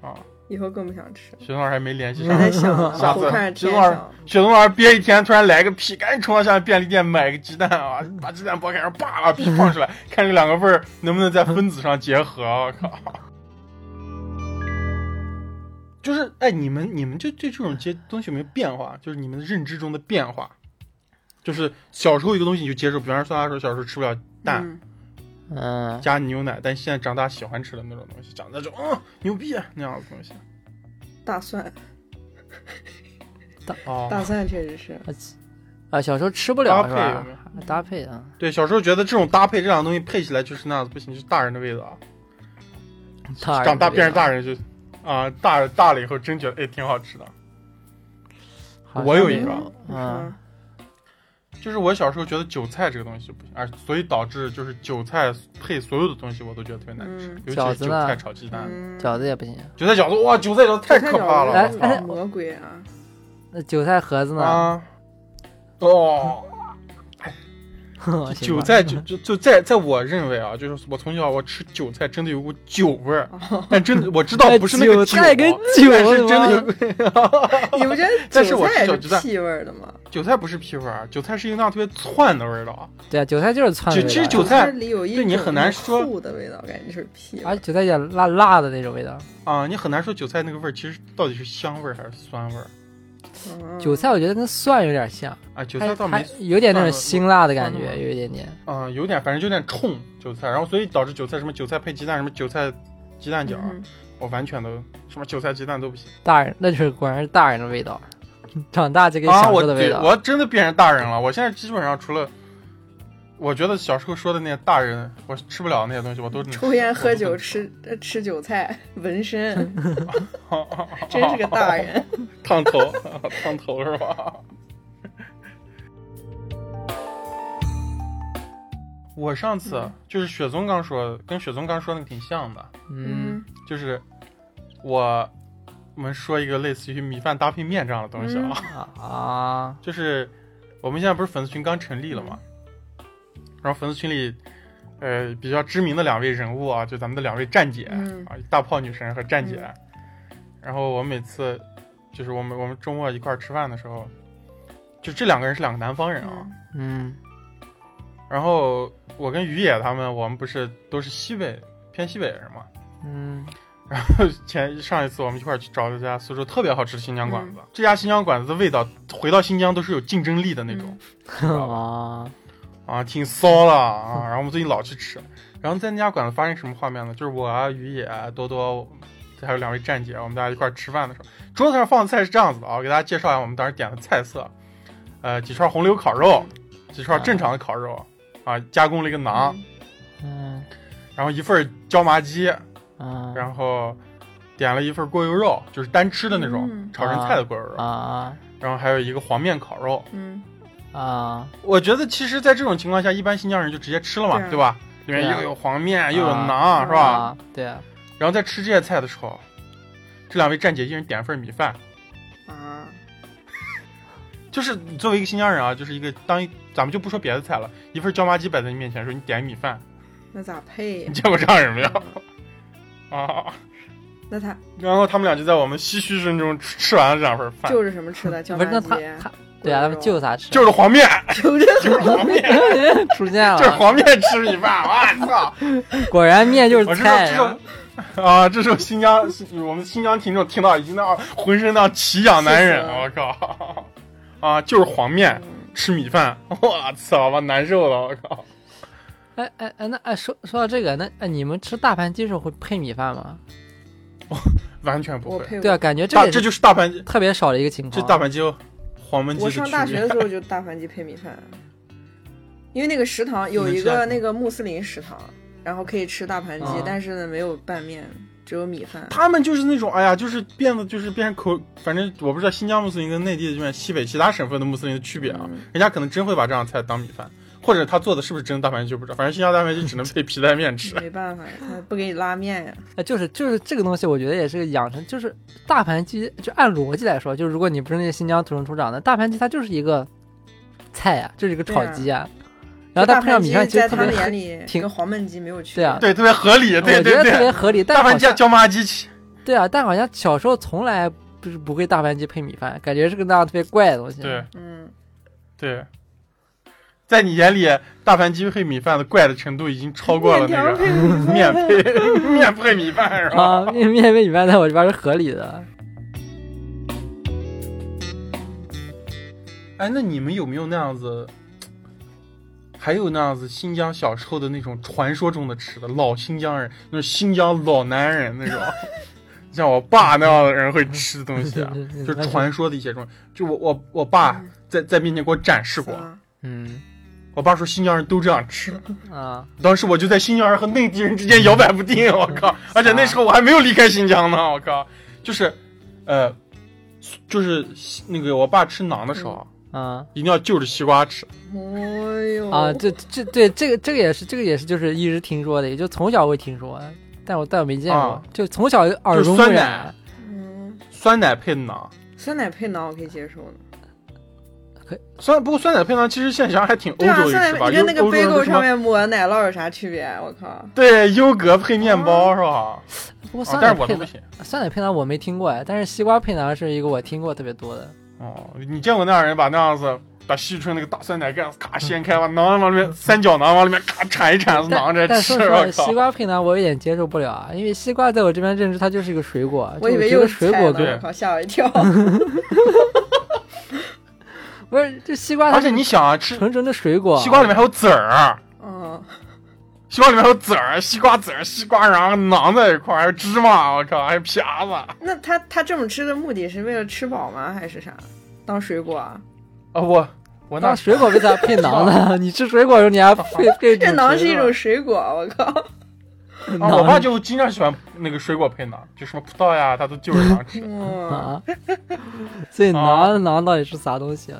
A: 啊。
C: 以后更不想吃。
A: 雪松老师还没联系
C: 我
A: 上，
C: 在想，
A: 下次
C: 我看着
A: 徐
C: 天
A: 老师
C: 上，
A: 雪松老师憋一天，突然来个屁，赶紧冲到下面便利店买个鸡蛋啊，把鸡蛋剥开，然后叭把屁放 出来，看这两个味儿能不能在分子上结合。 我靠！就是哎，你们你们就对这种接东西有没有变化？就是你们认知中的变化，就是小时候一个东西你就接受，比方说酸辣粉，小时候吃不了蛋，
C: 嗯
B: 嗯，
A: 加牛奶，但现在长大喜欢吃的那种东西，长大就嗯牛逼啊那样的东西。
C: 大蒜，大
A: 哦，
C: 蒜确实是，
B: 啊，小时候吃不
A: 搭
B: 了
A: 配有
B: 是吧
A: 没有？
B: 搭配啊，
A: 对，小时候觉得这种搭配这两个东西配起来就是那样子，不行，就是大人的味道。啊
B: 大人
A: 长大
B: 的味
A: 变成
B: 道
A: 大人就，啊、大大了以后真觉得哎挺好吃的。
B: 好像
A: 我有
B: 没
A: 一个啊
B: 嗯，
A: 就是我小时候觉得韭菜这个东西不行，而所以导致就是韭菜配所有的东西我都觉得特别难吃，
C: 嗯
A: 尤
B: 饺
A: 其是
B: 子
A: 韭
B: 呢
A: 菜炒鸡蛋、
C: 嗯，
B: 饺子也不行。
A: 韭菜饺子，哇，韭菜饺子太可怕了，我
B: 韭菜饺子
A: 操
B: 哎
C: 魔鬼 啊！
B: 那韭菜盒子 呢？
A: 啊， 哦。韭菜就就就在在我认为啊，就是我从小我吃韭菜真的有股韭味儿，但真的我知道不是那个
B: 韭菜跟
A: 韭
B: 韭
A: 但是真的有
B: 有
A: 股
C: 你不觉得
A: 但是
C: 韭
A: 我吃
C: 菜
A: 小
C: 也
A: 鸡
C: 是
A: 蛋
C: 屁味儿的吗？
A: 韭菜不是屁味儿，啊韭菜是一个那样特别窜的味道。
B: 对啊，韭菜就是窜
A: 就
B: 味
A: 其实
B: 道
A: 韭
B: 呀
A: 菜
C: 就是里有一
A: 对你
C: 种
A: 很难说
C: 臭的味道，感觉就是屁味儿。
B: 而且韭菜也辣辣的那种味道。
A: 啊、你很难说韭菜那个味儿其实到底是香味儿还是酸味儿
C: 嗯
B: 韭菜我觉得跟蒜有点像，
A: 啊？韭
B: 它
C: 哎
A: 菜倒没
B: 它，有点那种
A: 蒜
B: 辛辣的感
A: 蒜
B: 觉，
A: 味
B: 有一点点。
A: 嗯、有点反正有点冲韭菜，然后所以导致韭菜什么韭菜配鸡蛋什么韭菜鸡蛋饺，
C: 嗯
A: 我完全都什么韭菜鸡蛋都不行
B: 大人那就是果然是大人的味道，长大就给你
A: 啊！
B: 享
A: 我
B: 受的味
A: 对
B: 道。
A: 我真的变成大人了，我现在基本上除了。我觉得小时候说的那些大人，我吃不了那些东西，我都能
C: 抽
A: 吃
C: 烟 喝酒。
A: 我
C: 吃呃吃韭菜 纹身，
A: 都能
C: 真是个大 人。
A: 烫头，烫头是吧？我上次
C: 嗯
A: 就是雪宗刚说，跟雪宗刚说那个挺像的，
B: 嗯，
A: 就是我我们说一个类似于米饭搭配面这样的东西啊，
B: 啊，
A: 就是我们现在不是粉丝群刚成立了嘛，
C: 嗯
A: 然后粉丝群里呃比较知名的两位人物啊，就咱们的两位站姐、
C: 嗯
A: 啊，大炮女神和站姐。然后我每次就是我们我们周末一块儿吃饭的时候，就这两个人是两个南方人啊。
C: 嗯
B: 嗯，
A: 然后我跟于野他们，我们不是都是西北偏西北人嘛。
B: 嗯，
A: 然后前上一次我们一块儿去找了一家苏州特别好吃的新疆馆
C: 嗯
A: 子，这家新疆馆子的味道回到新疆都是有竞争力的那种。
C: 嗯
B: 啊，
A: 啊，挺骚了啊！然后我们最近老去吃，然后在那家馆子发生什么画面呢？就是我啊、于野啊、多多，还有两位站姐，我们大家一块儿吃饭的时候，桌子上放的菜是这样子的啊，我给大家介绍一下我们当时点的菜色，呃，几串红柳烤肉，几串正常的烤肉，啊，加工了一个馕，
C: 嗯
B: 嗯，
A: 然后一份椒麻鸡，
B: 啊
A: 然后点了一份过油肉，就是单吃的那种、
C: 嗯
A: 炒成菜的过油肉，
B: 啊
A: 然后还有一个黄面烤肉。
C: 嗯，
B: 啊
A: 我觉得其实，在这种情况下，一般新疆人就直接吃了嘛，
C: 对啊
A: 对吧？里面
B: 对啊
A: 又有黄面，又有
B: 啊
A: 馕，是吧？
B: 啊！对啊，
A: 然后在吃这些菜的时候，这两位站姐一人点了份米饭。
C: 啊，
A: 就是你作为一个新疆人啊，就是一个当一咱们就不说别的菜了，一份椒麻鸡摆在你面前，说你点米饭，
C: 那咋配
A: 你
C: 呀？
A: 见过这样人没有？啊！
C: 那他
A: 然后他们俩就在我们唏嘘声中吃吃完了这两份饭，
C: 就是什么 吃的？椒
B: 不是
C: 麻
B: 那
C: 鸡
B: 他他对啊，他们就啥吃，
A: 就是黄面，
C: 就这
A: 就是黄面，
B: 出现了，
A: 就是黄面吃米饭，我操！
B: 果然面就是
A: 我知道
B: 菜
A: 这
B: 呀
A: 种。啊，这时候新疆新我们新疆听众听到已经那浑身那奇痒难忍，
C: 是的
A: 我靠！啊，就是黄面吃米饭，我操，把难受了，我靠！
B: 哎哎哎，那哎说说到这个，那哎你们吃大盘鸡时候会配米饭吗？
A: 完全不
C: 我
A: 会。
C: 配
B: 对啊，感觉这
A: 大
B: 个啊也
A: 这
B: 是
A: 就是大盘鸡，
B: 特别少的一个情况。
A: 这大盘鸡和黄焖鸡
C: 我
A: 的
C: 上
A: 区
C: 大学
A: 别
C: 的时 候就大盘鸡配米饭，因为那个食堂有一
A: 你们吃啊啥
C: 个那个穆斯林食堂，然后可以吃大盘鸡
B: 啊，
C: 但是呢没有拌面，只有米饭。
A: 他们就是那种，哎呀，就是变得就是变成口，反正我不知道新疆穆斯林跟内地这边西北其他省份的穆斯林的区别啊，
C: 嗯
A: 人家可能真会把这样的菜当米饭，或者他做的是不是真大盘鸡就不知道，反正新疆大盘鸡只能配皮带面吃。
C: 没办法呀，他不给你拉面呀。
B: 哎，就是就是这个东西，我觉得也是个养成，就是大盘鸡，就按逻辑来说，就是如果你不是那些新疆土生土长的，大盘鸡它就是一个菜呀、就是一个炒鸡呀、然后它
C: 啊大
B: 配上
C: 盘
B: 米
C: 鸡
B: 饭，其实
C: 在
B: 特
C: 他
B: 别
C: 们眼
B: 合，
C: 里
B: 挺
C: 跟黄焖鸡没有区
B: 对
C: 别。
B: 啊
A: 对，特别合理，对
B: 我
A: 对
B: 觉得特别
A: 对。
B: 合理。但
A: 大盘
B: 好
A: 鸡
B: 像
A: 椒麻鸡起，
B: 对啊，但好像小时候从来不是不会大盘鸡配米饭，感觉是个那样特别怪的东西。
A: 对
C: 嗯，
A: 对，在你眼里大盘鸡配米饭的怪的程度已经超过了
C: 面条
A: 那
C: 配
A: 个
C: 米饭
A: 面配面配米饭是吧？
B: 啊，面面配米饭在我这边是合理的。
A: 哎，那你们有没有那样子？还有那样子新疆小时候的那种传说中的吃的，老新疆人，那种新疆老男人那种，像我爸那样的人会吃的东西 啊，就是传说的一些东西。就我我我爸在在面前给我展示过，
C: 啊
B: 嗯
A: 我爸说新疆人都这样吃。
B: 啊，
A: 当时我就在新疆人和内地人之间摇摆不定，我靠！而且那时候我还没有离开新疆呢，我靠！就是，呃，就是那个我爸吃馕的时候，
C: 嗯
B: 啊
A: 一定要就着西瓜吃。
C: 哎呦
B: 啊，这这对这个这个也是这个也是就是一直听说的，也就从小会听说，啊但我但我没见过，
A: 啊
B: 就从小耳濡目
A: 酸
B: 染
A: 奶。
C: 嗯，
A: 酸奶配馕，
C: 酸奶配馕我可以接受呢。
A: 酸不过酸奶配馕其实现象还挺欧
C: 对啊，
A: 洲
C: 酸
A: 一式
C: 奶
A: 吧，
C: 配
A: 因
C: 跟
A: 为
C: 那个
A: 欧洲人
C: bagel
A: 都什
C: 上
A: 么
C: 面抹奶酪有啥区别啊？我靠！
A: 对优格配面
C: 哦
A: 包是吧？
B: 不过
A: 啊
B: 酸
A: 但
B: 奶
A: 是我
B: 配
A: 都不
B: 馕，
A: 行。
B: 酸奶配馕我没听过哎，但是西瓜配馕是一个我听过特别多的。
A: 哦，你见过那样人把那样子把西川那个大酸奶盖子咔掀开，把馕往里面三角馕往里面咔铲一铲，
B: 但
A: 馕着
B: 但
A: 吃，
B: 说实话，
A: 我
B: 西
A: 靠！
B: 瓜配馕我有点接受不了啊，因为西瓜在我这边认知它就是一个水果，
A: 啊
C: 我以为
B: 就
C: 又
B: 我
C: 是
B: 觉得水
C: 菜
B: 果
C: 呢
B: 跟
A: 对
C: 我靠，吓我 一跳。
B: 不是这西瓜它
A: 而
B: 是
A: 且你想啊，吃
B: 纯纯的水果，
A: 西瓜里面还有籽儿，
C: 嗯，
A: 西瓜里面还有籽儿，西瓜籽儿、西瓜瓤、馕在一块儿，还有芝麻，我靠，还有啪子。
B: 啊
C: 那他他这么吃的目的是为了吃饱吗？还是啥？当水果啊？
A: 啊，我我
B: 当水果为啥配馕 呢？你吃水果的时 候你还配配
C: 这馕是一
B: 种
C: 种水果，啊我靠！
B: 水
A: 啊，我
B: 果
A: 爸就经常喜欢那个水果配馕，就什么葡萄呀，他都就是 馕吃。
C: 嗯，
B: 啊，所以
A: 啊
B: 馕馕到底是啥东西啊？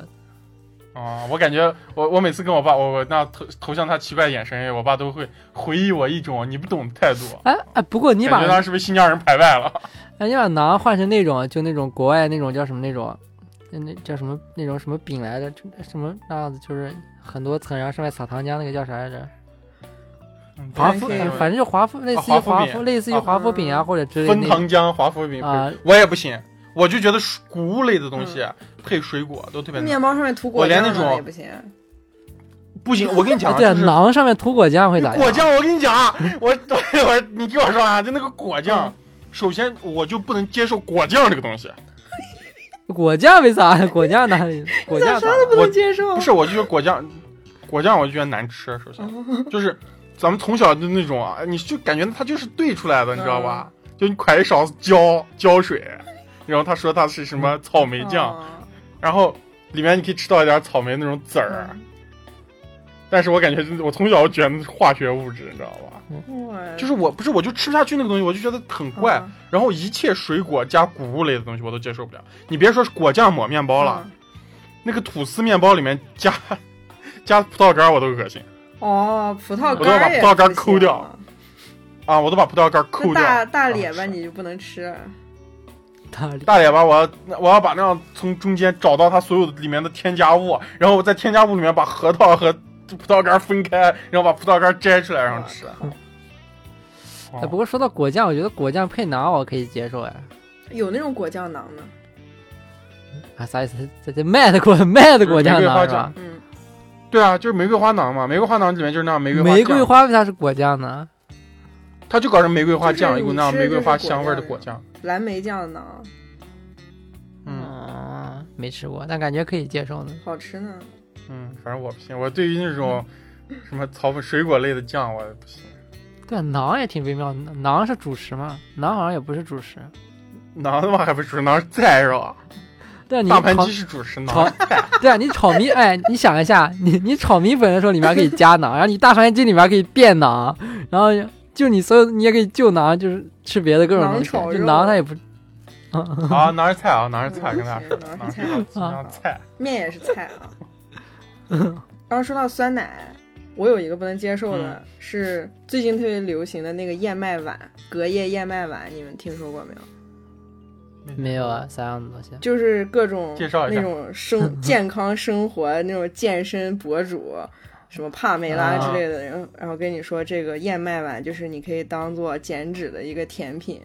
A: 啊、我感觉我我每次跟我爸，我我那投投向他奇怪的眼神，我爸都会回忆我一种你不懂的态度，
B: 哎哎，不过你
A: 感
B: 把
A: 觉他是被新疆人排外了。
B: 哎你把馕换成那种就那种国外那种叫什么那种，那那叫什么那种什么饼来着？就什么那样子就是很多层，然后上面撒糖浆那个叫啥来着？
A: 嗯
B: 华
C: 夫
B: 夫，
A: 对
B: 哎
A: 对
B: 反正就华夫，类似于
A: 啊华夫
B: 华
A: 饼
B: 夫，类似于华夫饼啊，
C: 啊
B: 或者之类
A: 分
B: 那种。
A: 糖浆、华夫饼配，
B: 啊嗯
A: 我也不行，我就觉得水谷物类的东西、配水果都特别难。
C: 面包上面涂
A: 我
C: 果
A: 连
C: 酱
A: 那种
C: 的也不行。
A: 不行，我跟你讲
B: 啊
A: 啊，
B: 对啊，
A: 就是
B: 馕上面涂果酱会咋样？
A: 果酱，我跟你讲啊， 我我你听我说啊，就那个果酱，首先我就不能接受果酱这个东西，
B: 果酱为啥？果酱哪里？果酱
C: 咋
B: 咋
C: 啥
B: 了
C: 都不
A: 我
C: 能接受？
A: 不是，我就觉得果酱，果酱我就觉得难吃，首先。
C: 哦，
A: 就是咱们从小就那种啊，你就感觉它就是兑出来的，你知道吧？
C: 嗯
A: 就你㧟一勺胶胶水，然后他说它是什么草莓酱，
C: 哦
A: 呃
C: 嗯
A: 然后里面你可以吃到一点草莓那种籽儿，但是我感觉我从小卷化学物质，你知道吧？
C: 嗯哇，
A: 就是我不是我就吃不下去那个东西，我就觉得很怪。
C: 嗯
A: 然后一切水果加谷物类的东西我都接受不了。你别说是果酱抹面包了，
C: 嗯
A: 那个吐司面包里面加 加葡萄干我都恶心
C: 哦，葡萄
A: 我都要把
C: 干也
A: 葡萄干
C: 不行
A: 抠掉
C: 啊
A: 啊！我都把葡萄干
C: 那
A: 抠掉。
C: 大大咧
A: 啊
C: 巴
A: 是
C: 你就不能吃，
B: 大理
A: 大脸吧，我要我要把那样从中间找到它所有里面的添加物，然后我在添加物里面把核桃和葡萄干分开，然后把葡萄干摘出来然后吃。哦
B: 哎，不过说到果酱，我觉得果酱配馕我可以接受哎。
C: 有那种果酱囊呢。
B: 啊，啥意思？这这卖的果卖的果酱
A: 玫瑰花
B: 囊是吧
A: 酱？
C: 嗯，
A: 对啊，就是玫瑰花囊嘛，玫瑰花囊里面就是那样玫瑰花
B: 玫
A: 酱，
B: 瑰花为啥是果酱呢？
A: 它就搞成玫瑰花酱，
C: 就是
A: 一
C: 你
A: 股那样
C: 吃的
A: 玫瑰花
C: 就是
A: 香味儿的果
C: 果
A: 酱
C: 酱。蓝莓酱囊
A: 嗯
B: 嗯，没吃过，但感觉可以接受呢。
C: 好吃呢。
A: 嗯，反正我不行，我对于那种什么草本水果类的酱我不行。
B: 对啊，馕也挺微妙，馕是主食嘛，馕好像也不是主食。
A: 馕的话还不是主食，馕是菜是吧？
B: 对啊，你
A: 大盘
B: 炒
A: 鸡是主食，馕
B: 炒
A: 是菜。
B: 对啊，你炒米哎，你想一下，你你炒米粉的时候里面可以加馕，然后你大盘鸡里面可以变馕，然后就你所有你也可以就馕，就是吃别的各种
C: 馕
B: 东西。
C: 炒
B: 就
C: 肉
B: 馕它也不，嗯
A: 啊，馕是菜啊，馕是菜，跟大家说，
C: 嗯
A: 馕
C: 是
A: 是
C: 馕
A: 一
C: 是
B: 菜
A: 道菜。
C: 面也是菜啊。然后说到酸奶，我有一个不能接受
A: 嗯
C: 的、是最近特别流行的那个燕麦碗，隔夜燕麦碗，你们听说过没有？
B: 没有啊，啥样的东西？
C: 就是各种
A: 介绍一下
C: 那种 生健康生活那种健身博主，什么帕梅拉之类
A: 啊
C: 的，然后然后跟你说这个燕麦碗就是你可以当做减脂的一个甜品，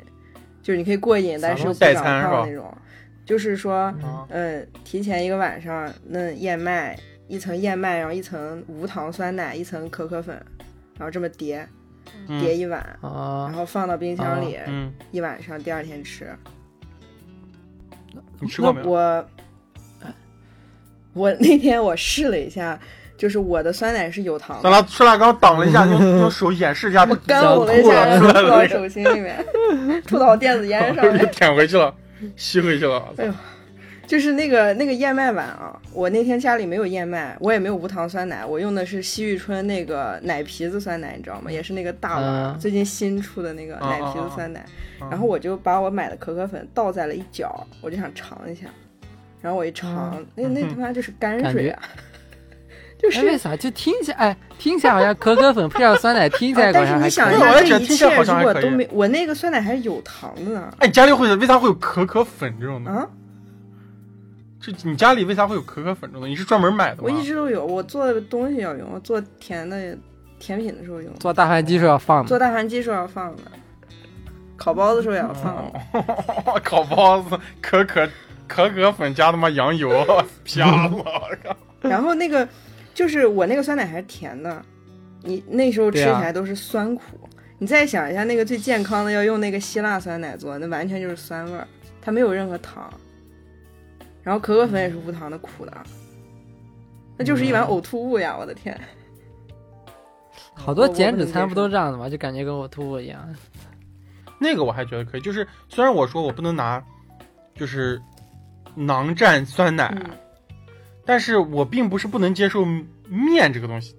C: 就是你可以过瘾，但是
A: 啥东
C: 不
A: 西代
C: 长
A: 餐是吧
C: 胖那种。就是说，
A: 啊
C: 呃，提前一个晚上嫩燕麦，一层燕麦，然后一层无糖酸奶，一层可可粉，然后这么叠叠
A: 嗯
C: 一碗，然
B: 啊，
C: 后放到冰箱里、
A: 嗯，
C: 一晚上，第二天吃。
A: 你吃过没有？
C: 我我那天我试了一下，就是我的酸奶是有糖
A: 咱
C: 的，
A: 俩帅大刚挡了一 下，用用手掩饰一下，
C: 我干呕了一下，然后吐到手心里面， 吐到电子烟上
A: 又
C: 面。
A: 舔回去了，吸回去了。
C: 就是那个那个燕麦碗啊，我那天家里没有燕麦，我也没有无糖酸奶，我用的是西玉春那个奶皮子酸奶，你知道吗？也是那个大碗，
B: 嗯
C: 最近新出的那个
A: 哦
C: 奶皮子酸奶。
A: 嗯
C: 然后我就把我买的可可粉倒在了一角，我就想尝一下。然后我一尝，那
A: 嗯
C: 那他妈就是泔
B: 嗯感
C: 水
B: 觉
C: 啊！就
B: 哎，
C: 是哦
B: 为啥？就听起来，哎，听起来好像可可粉配上酸奶，听起来好
C: 啊但是
B: 像还
C: 你
A: 我
B: 可以。
C: 想一下，
A: 也
C: 这
A: 觉得
C: 一
A: 听起来
C: 切
A: 好像
C: 如
A: 还
C: 果
A: 可以
C: 都没，我那个酸奶还是有糖的呢。
A: 哎，你家里会为啥会有可可粉这种东西？
C: 啊，
A: 这你家里为啥会有可可粉这种东西？你是专门买的吗？
C: 我一直都有，我做的东西要用，我做甜的甜品的时候用，
B: 做大盘鸡是要放
C: 做
B: 的，
C: 大盘鸡时候要放的，烤包子时候也要放的。
A: 哦烤包子，可可可可粉加他妈羊 油，啪了！我靠
C: 然后那个就是我那个酸奶还是甜的，你那时候吃
B: 对
C: 起
B: 啊
C: 来都是酸苦。你再想一下，那个最健康的要用那个希腊酸奶做，那完全就是酸味儿，它没有任何糖。然后可可粉也是无糖的苦的，那就是一
A: 嗯
C: 碗呕吐物呀！我的天，
B: 好多
C: 我我
B: 减
C: 不
B: 脂
C: 能
B: 餐
C: 接
B: 不
C: 受
B: 都这样的吗？就感觉跟我吐物一样。
A: 那个我还觉得可以，就是虽然我说我不能拿，就是馕蘸酸奶，
C: 嗯
A: 但是我并不是不能接受面这个东西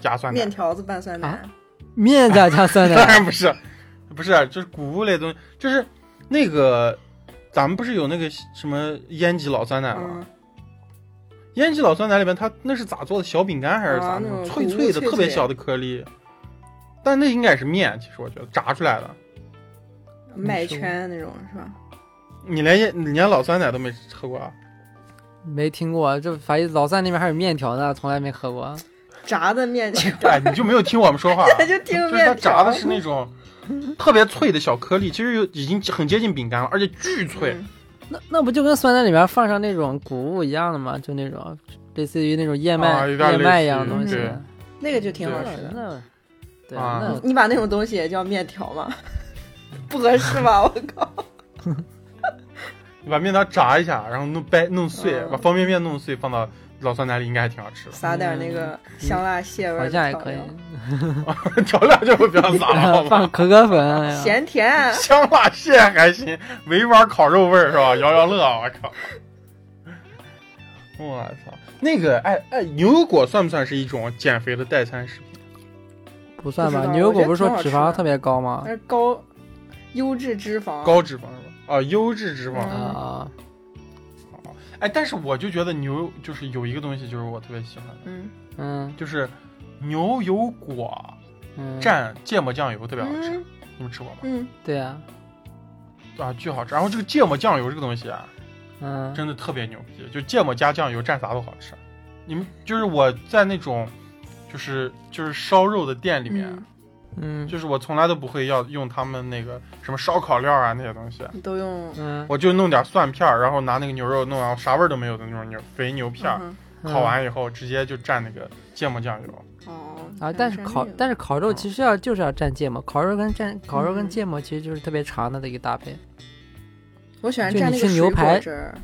A: 加酸奶
C: 面，条子拌酸奶，
B: 啊面加加 酸
A: 当
B: 奶，
A: 然不是，不是，啊就是谷物类的东西，就是那个咱们不是有那个什么烟吉老酸奶吗？
C: 嗯，
A: 烟吉老酸奶里面，它那是咋做的？小饼干还是咋
C: 啊
A: 的？
C: 那种
A: 脆
C: 谷物
A: 脆的，
C: 脆
A: 特别
C: 脆
A: 小的颗粒。但那应该是面，其实我觉得炸出来的。嗯
C: 麦
B: 是吗
C: 圈那种是吧？
A: 你连烟你连老酸奶都没喝过 啊？
B: 没听过。这反正老三那边还有面条呢，从来没喝过。
C: 炸的面条，
A: 对，哎你就没有听我们说话啊。
C: 他就听
A: 就是它
C: 面
A: 炸
C: 条
A: 的是那种特别脆的小颗粒，其实有已经很接近饼干了，而且巨脆。
C: 嗯
B: 那那不就跟酸奶里面放上那种谷物一样的吗？就那种类似于那种燕麦、
A: 啊有点
B: 燕麦一样的
A: 类
B: 东
A: 似
B: 西
A: 于。
C: 那个就挺好
A: 对
C: 吃的。
B: 那对
A: 啊
B: 那
C: 你把那种东西也叫面条吗？ 不合适吧？我 靠！
A: 你把面条炸一下，然后弄掰弄碎，
C: 嗯
A: 把方便面弄碎，放到老酸奶里，应该还挺好吃
C: 撒点那个香辣蟹味儿
B: 嗯好
C: 的
B: 像还
C: 调料，
B: 可以。
A: 的。 调料就不要撒了，好吧
B: 放？可可粉，哎 呀
C: 咸 甜。啊
A: 香辣蟹还行， 啊维吾尔烤肉味儿是吧？摇摇乐，我靠！我操！那个哎哎，牛油果算不算是一种减肥的代餐食品？
B: 不算
C: 不知
B: 吧？
C: 道
B: 牛油果不是
C: 我觉
B: 说
C: 得
B: 脂
C: 挺好吃
B: 肪
C: 的
B: 特别高吗
C: 那？是高优质脂肪，
A: 高脂肪是吧？啊，优质脂肪。
C: 嗯
B: 啊，
A: 哎，但是我就觉得牛就是有一个东西，就是我特别喜欢的，
C: 嗯，
B: 嗯
A: 就是牛油果
B: 嗯，
A: 蘸芥末酱油特别好吃。
C: 嗯
A: 你们吃过吗？
C: 嗯，
B: 对啊，
A: 啊，巨好吃！然后这个芥末酱油这个东西啊，
B: 嗯，
A: 真的特别牛逼，就芥末加酱油蘸啥都好吃。你们就是我在那种，就是就是烧肉的店里面，
B: 嗯
A: 就是我从来都不会要用他们那个什么烧烤料啊那些东西，
C: 嗯都用
B: 嗯，
A: 我就弄点蒜片儿，然后拿那个牛肉弄，然后啥味儿都没有的那种牛肥牛片儿，
C: 嗯
B: 嗯
A: 烤完以后直接就蘸那个芥末酱油。
C: 哼哦
B: 啊，但是烤但
C: 是
B: 是烤肉
A: 嗯
B: 其实要就是要蘸芥末，烤肉跟蘸烤肉跟
C: 嗯
B: 芥末其实就是特别长的一个搭配
C: 我喜欢
B: 就
C: 蘸
B: 你
C: 那
B: 吃
C: 个
B: 牛
C: 水果
B: 排
C: 汁儿，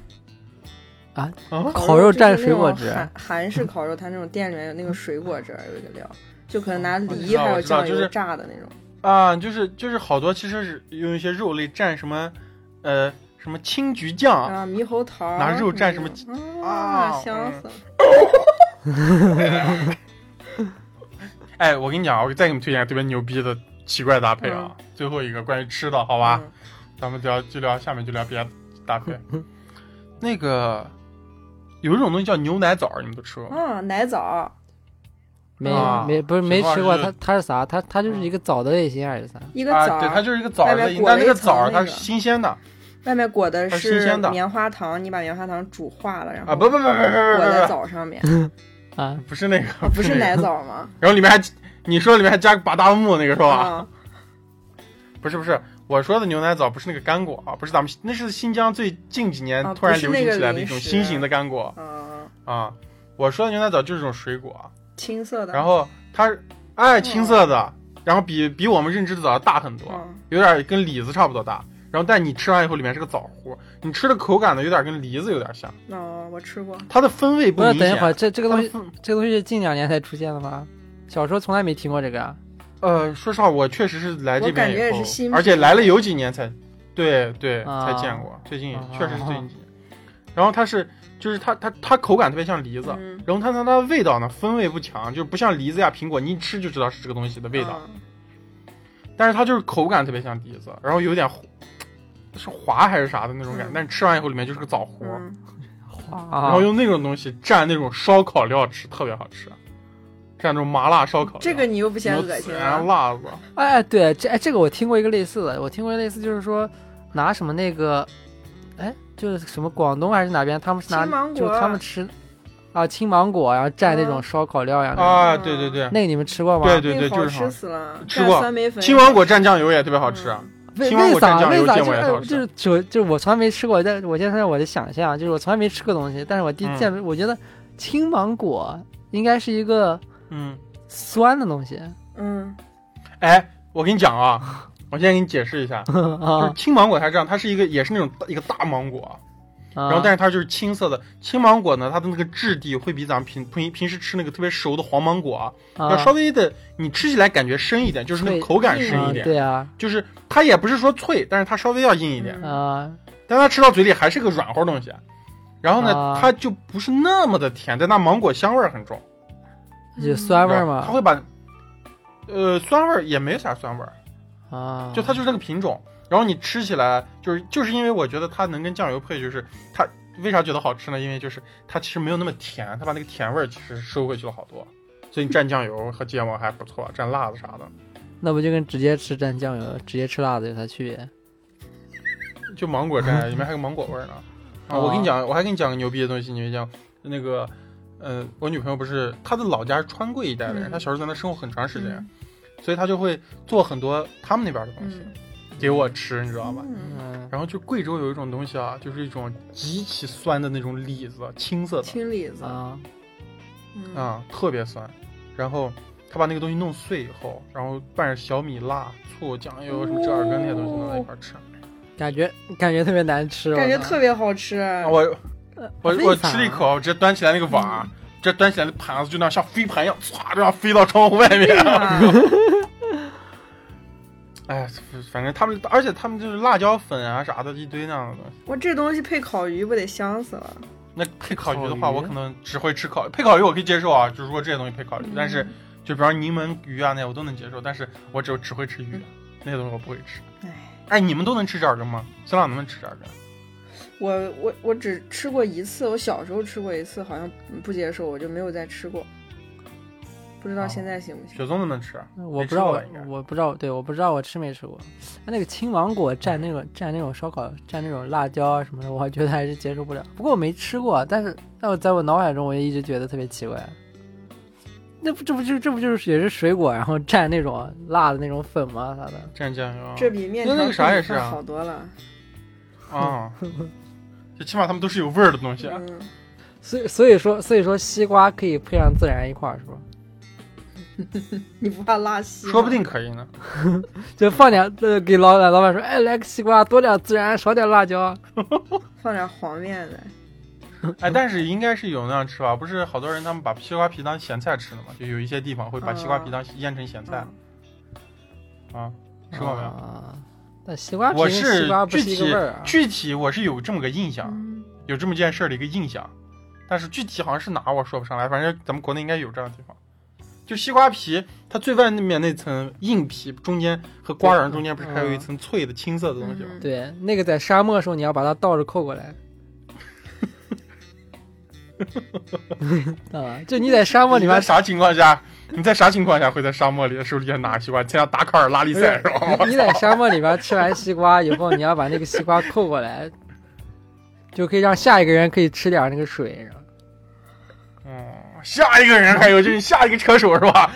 A: 啊，
B: 烤肉
C: 就是
B: 蘸
C: 那
B: 水果
C: 种
B: 汁
C: 韩韩式烤肉，它那种店里面有那个水果汁儿，有一个料，就可能拿
A: 我知
C: 梨
A: 道哦
C: 还
A: 我
C: 有
A: 知道
C: 酱
A: 就
C: 油
A: 是
C: 炸的那种，
A: 啊，就是就是好多其实是用一些肉类蘸什么，呃，什么青菊酱，
C: 啊，猕猴桃儿
A: 拿肉蘸
C: 那
A: 什
C: 种
A: 啊
C: 啊，香
A: 嗯
C: 死了！
A: 哎，我跟你讲，我再给你们推荐一个特别牛逼的奇怪搭配啊！最后一个关于吃的，好吧？
C: 嗯
A: 咱们聊就聊下面就聊别的搭配。那个有一种东西叫牛奶枣，你们都吃过吗？
C: 啊，奶枣儿，
B: 没
A: 啊
B: 没不是没
A: 什么
B: 吃过，
A: 是
B: 它它是啥？它它就是一个枣的类型还是啥？
C: 一个枣
A: 啊，对，它
C: 儿，
A: 就是一个枣儿
C: 外
A: 的
C: 面，裹
A: 但
C: 了
A: 那个
C: 一层
A: 枣儿
C: 那
A: 它
C: 个
A: 是新鲜的
C: 外面裹的
A: 它是新鲜的
C: 棉花糖，你把棉花糖煮化了，然后
A: 啊！不不不不不
C: 嗯裹在
A: 不
C: 枣 上面，
B: 啊
A: 不，，不是那个，
C: 啊不是
A: 那
C: 奶
A: 个。
C: 枣吗？
A: 然后里面还你说里面还加个巴旦木 那个是吧？
C: 啊，嗯
A: 不是不是，我说的牛奶枣不是那个干果啊，不是咱们那是新疆最近几年
C: 啊
A: 突然
C: 不是
A: 流行
C: 那个
A: 起来的
C: 零
A: 一种
C: 食
A: 新型的干果
C: 啊，
A: 啊。我说的牛奶枣就是这种水果啊。
C: 青色的，
A: 然后它是哎青色的，然后比比我们认知的枣要大很多，
C: 嗯
A: 有点跟李子差不多大。然后但你吃完以后里面是个枣核，你吃的口感呢有点跟梨子有点像，
C: 哦，我吃过，
A: 它的风味不
B: 不是
A: 明
B: 等一会儿，
A: 显。
B: 这这个
A: 它的
B: 东西
A: 风
B: 这个东西近两年才出现的吗？小时候从来没听过这个啊。
A: 呃，说实话，我确实是来这边
C: 我感
A: 以
C: 觉
A: 后
C: 也是新，
A: 而且来了有几年才，对对、
B: 啊
A: 才见过，最近
B: 啊
A: 确实是最 近几年。然后它是就是它它它口感特别像梨子，
C: 嗯
A: 然后它它它的味道呢风味不强，就是不像梨子呀苹果，你一吃就知道是这个东西的味道。
C: 啊
A: 但是它就是口感特别像梨子，然后有点糊是滑还是啥的那种感觉，
C: 嗯
A: 但是吃完以后里面就是个枣核，
C: 嗯，
A: 然
B: 啊
A: 后，用那种东西蘸那种烧烤料吃，特别好吃，蘸那种麻辣烧烤料
C: 这个你又不嫌
A: 有
C: 恶
A: 孜
C: 心
A: 然
C: 啊？
A: 辣子，
B: 哎，对，这哎这个我听过一个类似的，我听过一个类似就是说拿什么那个，哎，就是什么广东还是哪边，他们是拿
C: 青芒果
B: 就是他们吃啊青芒果，然后蘸那种
C: 嗯
B: 烧烤料呀、那种
A: 啊，对对对，
B: 那个你们吃过吗？
A: 对
C: 那
A: 对
C: 个
A: 对，就
C: 好
A: 是好
C: 吃
A: 吃。
C: 死了，
A: 吃
C: 蘸
A: 过
C: 酸梅粉，
A: 青芒果蘸酱油也特别好吃，啊
C: 嗯
B: 为
A: 青芒
B: 为
A: 果蘸
B: 啥
A: 酱油
B: 为啥
A: 芥
B: 就
A: 末也
B: 是
A: 特好
B: 哎
A: 吃
B: 就是就就是我从来没吃过，但我现在我的想象就是我从来没吃过东西，但是我第一
A: 嗯
B: 见、我觉得青芒果应该是一个
A: 嗯，
B: 酸的东西
C: 嗯，
A: 哎，我跟你讲啊，我先给你解释 一下，就是
B: 啊，
A: 青芒果它是这样，它是一个也是那种大一个大芒果，
B: 然
C: 嗯
A: 然后但是它就是青色的。青芒果呢，它的那个质地会比咱们平平平时吃那个特别熟的黄芒果啊，要稍微的你吃起来感觉深一点，就是那个
B: 脆
A: 口感
C: 硬
A: 深
B: 啊
A: 一点。
B: 对啊
A: 就是它也不是说脆，但是它稍微要硬一点，
C: 嗯
B: 啊
A: 但它吃到嘴里还是个软和东西。然后呢，
B: 啊
A: 它就不是那么的甜，但它芒果香味儿很重，
B: 有酸味儿
A: 对吧它
B: 嘛
A: 会把，呃，酸味儿也没啥酸味儿，
B: 啊，
A: 就它就是那个品种。然后你吃起来，就是就是因为我觉得它能跟酱油配，就是它为啥觉得好吃呢？因为就是它其实没有那么甜，它把那个甜味儿其实收回去了好多，所以你蘸酱油和芥末还不错，蘸辣子啥的
B: 那不就跟直接吃蘸酱油、直接吃辣子有啥区别？
A: 就芒果蘸，里面还有个芒果味儿呢。啊，
B: 哦
A: 我跟你讲，我还跟你讲个牛逼的东西，你没讲那个，呃，我女朋友不是她的老家是川贵一带的人，
C: 嗯
A: 她小时候在那生活很长时间，所以她就会做很多他们那边的东西
C: 嗯，
A: 给我吃，你知道吧？
C: 嗯，
B: 嗯，
A: 然后就贵州有一种东西啊，就是一种极其酸的那种李子，青色的
C: 青李子，
B: 啊，
C: 嗯，
A: 啊、特别酸。然后他把那个东西弄碎以后，然后拌着小米辣、醋、酱油什么折耳根那些东西弄在一块儿吃。
B: 感觉感觉特别难吃，
C: 感觉
B: 我操
C: 特别好吃，
A: 啊我 我
B: 为
A: 我
B: 啥
A: 吃了一
C: 啊
A: 口，我直接端起来那个碗
C: 嗯
A: 儿，直接端起来那盘子就那样像飞盘一样，唰这样飞到窗户外面。
C: 对吧？
A: 哎，反正他们，而且他们就是辣椒粉啊啥的一堆那样的东西。
C: 我这东西配烤鱼不得香死了？
A: 那配烤鱼的话，
B: 烤鱼
A: 我可能只会吃烤配烤鱼，我可以接受啊，就如果这些东西配烤鱼，但
C: 嗯
A: 是就比方柠檬鱼啊那些我都能接受，但是我只有只会吃鱼，那些东西我不会吃。
C: 嗯哎，
A: 哎，你们都能吃这耳根吗？新浪能不能吃这耳根？
C: 我我我只吃过一次，我小时候吃过一次，好像不接受，我就没有再吃过。不知道
A: 哦
C: 现在行不行？
A: 雪松能不能吃？啊
B: 我
A: 没
B: 不
A: 吃
B: 知道
A: 过
B: 我
A: 吧应该，
B: 我不知道，对，我不知道我吃没吃过。哎那个青芒果蘸那种蘸那种烧烤蘸那种辣椒啊什么的，我觉得还是接受不了。不过我没吃过，但是但我在我脑海中我就一直觉得特别奇怪。那不这不就这不就是也是水果，然后蘸那种辣的那种粉吗？啥的？
A: 蘸酱油啊？
C: 这比面
A: 那
C: 条
A: 那个啥也是啊
C: 配米饭好多了。
A: 啊，就起码他们都是有味儿的东西。啊
C: 嗯，
B: 所以所以说所以说西瓜可以配上孜然一块儿是吧？
C: 你不怕拉稀吗？
A: 说不定可以呢，
B: 就放点呃给老板老板说，哎来个西瓜，多点孜然，少点辣椒。
C: 放点黄面
A: 嗯
C: 的。
A: 哎，但是应该是有那样吃法，不是好多人他们把西瓜皮当咸菜吃的嘛？就有一些地方会把西瓜皮当腌成咸菜
C: 嗯
A: 啊，吃过没有？
B: 啊？但西瓜皮
A: 我
B: 跟西瓜不
A: 具
B: 是一个
A: 体
B: 味儿啊。
A: 具体我是有这么个印象，
C: 嗯
A: 有这么件事儿的一个印象，但是具体好像是哪儿我说不上来，反正咱们国内应该有这样的地方。就西瓜皮，它最外面那层硬皮，中间和瓜瓤中间不是还有一层脆的青色的东西吗？
C: 嗯
B: 对，那个在沙漠的时候，你要把它倒着扣过来。 啊，就你在沙漠里
A: 你在
B: 面，
A: 啥情况下？你在啥情况下会在沙漠里手里拿西瓜参加达喀尔拉力赛是
C: 哎
A: 吧？
B: 你在沙漠里面吃完西瓜以后，你要把那个西瓜扣过来，就可以让下一个人可以吃点那个水。
A: 嗯，下一个人还有就是下一个车手是 吧？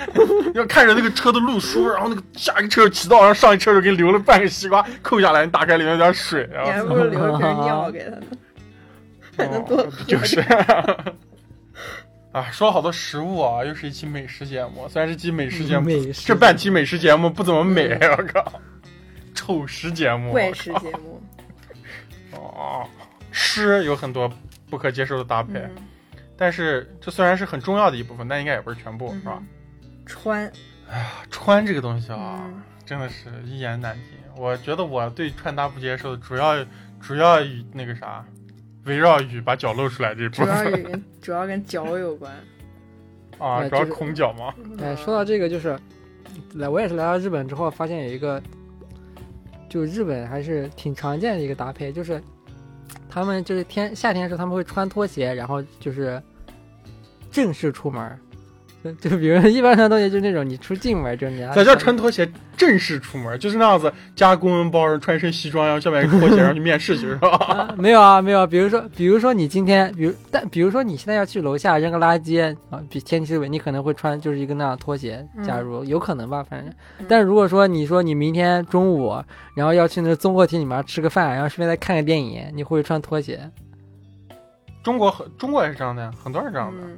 A: 要看着那个车的路书，然后那个下一个车手骑到，然后上一车手给留了半个西瓜扣下来，你打开里面有点水，啊然
C: 你
A: 后
C: 还不如留一瓶 尿给他呢，还能多喝。
A: 就是。 啊，说了好多食物啊，又是一期美食节目。虽然这期美食节目，
B: 美食
A: 这半期美食节目不怎么美，我靠， 丑食节目，
C: 怪事节 目。
A: 哦，吃有很多不可接受的搭配，
C: 嗯，
A: 但是这虽然是很重要的一部分，但应该也不是全部，是吧？
C: 嗯穿
A: 穿这个东西啊，
C: 嗯
A: 真的是一言难尽。我觉得我对穿搭不接受，主要主要以那个啥，围绕于把脚露出来这一部
C: 主要
A: 分
C: 是跟主要跟脚有关。嗯
A: 啊，
B: 对
A: 主要
B: 就是
A: 空脚嘛。
B: 哎，说到这个，就是来我也是来到日本之后，发现有一个，就日本还是挺常见的一个搭配，就是他们就是天夏天的时候他们会穿拖鞋，然后就是正式出门儿。 就就比如一般穿拖鞋就是那种你出进门儿就是你要
A: 在这穿拖鞋正式出门，就是那样子加公文包，穿一身西装，然后下面一个拖鞋，然后去面试去，是吧？
B: 啊没有啊没有啊，比如说比如说你今天比如但比如说你现在要去楼下扔个垃圾啊，比天气冷，你可能会穿就是一个那样的拖鞋，
C: 嗯
B: 假如、有可能吧，反正
C: 嗯
B: 但如果说你说你明天中午，然后要去那综合体里面吃个饭，然后顺便再看个电影，你会不会穿拖鞋？
A: 中国很中国也是这样的呀，很多人这样的。
C: 嗯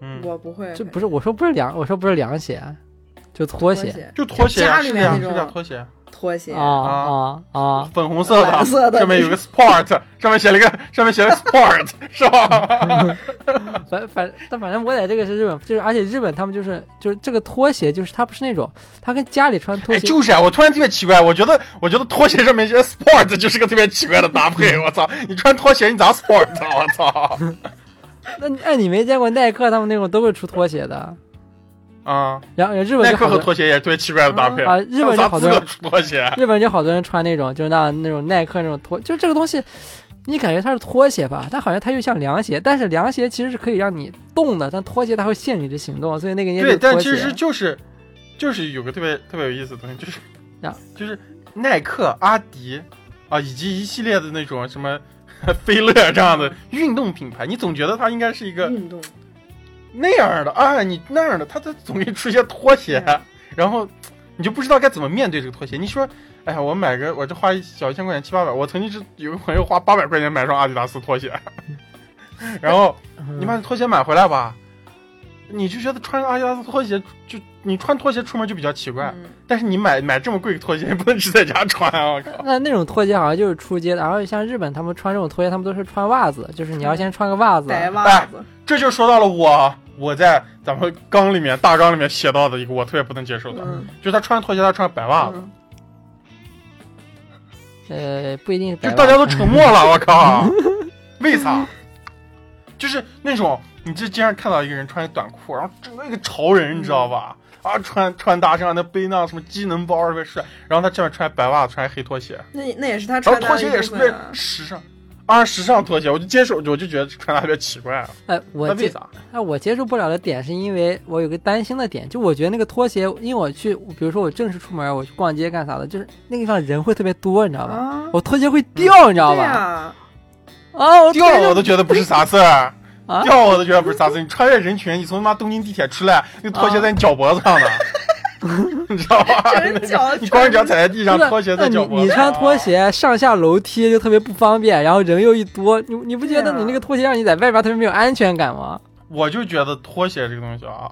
A: 嗯，
C: 我不会，
B: 就不是我说不是凉，我说不是凉鞋，就拖
C: 拖
B: 鞋
C: 鞋，
A: 就拖鞋
C: 家
A: 啊，
C: 里
A: 是
C: 面
A: 这样，
C: 那
A: 是
C: 种
A: 这样拖鞋。
C: 拖鞋
B: 啊啊啊！
A: 粉红色的，
C: 蓝色的
A: 上面有个 sport，上面写了一个，上面写了 sport，是 吧？
B: 反反但反正我在这个是日本，就是而且日本他们就是就是这个拖鞋，就是它不是那种，它跟家里穿拖
A: 哎，
B: 鞋，
A: 就是啊，我突然特别奇怪，我觉得，我觉得拖鞋上面写 sport 就是个特别奇怪的搭 配，我操！你穿拖鞋你咋 sport？我啊操！
B: 那你哎你没见过耐克他们那种都会出拖鞋的，
A: 啊，
B: 然后 日本
A: 耐
B: 就
A: 克
B: 好
A: 和
B: 多
A: 拖鞋也是特别奇怪的搭配
B: 啊日本
A: 他
B: 就
A: 们
B: 好
A: 咋
B: 多
A: 自
B: 人
A: 个出拖鞋？啊
B: 日本就好多人穿那种，就是那那种耐克那种拖，就是这个东西，你感觉它是拖鞋吧，但好像它又像凉鞋，但是凉鞋其实是可以让你动的，但拖鞋它会限制你的行动，所以那个也
A: 对，
B: 是
A: 但
B: 拖
A: 其实
B: 鞋。
A: 就是就是有个特别特别有意思的东西，就是、
B: 啊
A: 就是耐克、阿迪啊，以及一系列的那种什么 飞乐这样的运动品牌，你总觉得它应该是一
B: 嗯
A: 个
C: 运动，
A: 那样的啊，你那样的，它它总给你出一些拖鞋，然后你就不知道该怎么面对这个拖鞋。你说，哎呀，我买个，我这花一小一千块钱，七八百，我曾经是有个朋友花八百块钱买双阿迪达斯拖鞋，然后。
B: 嗯
A: 你把拖鞋买回来吧，你就觉得穿阿迪达斯拖鞋就你穿拖鞋出门就比较奇怪，
C: 嗯
A: 但是你买买这么贵的拖鞋不能只在家穿啊！我靠，
B: 那那种拖鞋好像就是出街的，然后像日本他们穿这种拖鞋，他们都是穿袜子，就是你要先穿个袜子，
C: 白
A: 哎
C: 袜子，
A: 这就说到了我我在咱们纲里面大纲里面写到的一个我特别不能接受的，
C: 嗯
A: 就是他穿拖鞋他穿白袜子，
C: 嗯，
B: 呃，不一定是
A: 就
B: 白袜子。
A: 大家都沉默了，我靠，为啥？就是那种你这街上看到一个人穿短裤，然后整个一个潮人，你知道吧？
B: 嗯
A: 啊，穿穿搭上那背那什么机能包特别帅，然后他这边穿白袜子，穿黑拖鞋，
C: 那那也是他
A: 然后
C: 穿搭
A: 拖
C: 的
A: 鞋
C: 一
A: 也是
C: 部分啊
A: 那。时尚啊，时尚拖鞋，我就接受，我就觉得穿搭特别奇怪啊。
B: 哎，
A: 那
B: 我
A: 为
B: 接
A: 啥？
B: 哎，我接受不了的点是因为我有个担心的点，就我觉得那个拖鞋，因为我去，比如说我正式出门，我去逛街干啥的，就是那个地方人会特别多，你知道吧？
C: 啊，
B: 我拖鞋会掉，
A: 啊
B: 你知道
C: 对
B: 吧？
C: 呀，
B: 啊，我
A: 掉我都觉得不是啥事儿。
B: 啊
A: 掉我都觉得不是啥事儿。你穿越人群，你从他妈东京地铁出来，那拖鞋在你脚脖子上 呢，你知道吧？
C: 整个 脚
A: 你光脚踩在地上，
B: 不是
A: 拖鞋
B: 那
A: 在
B: 你
A: 脚脖子上。
B: 你
C: 啊
B: 穿拖鞋上下楼梯就特别不方便，然后人又一多，你你不觉得
C: 对啊
B: 你那个拖鞋让你在外边特别没有安全感
A: 哦
B: 吗？
A: 我就觉得拖鞋这个东西啊，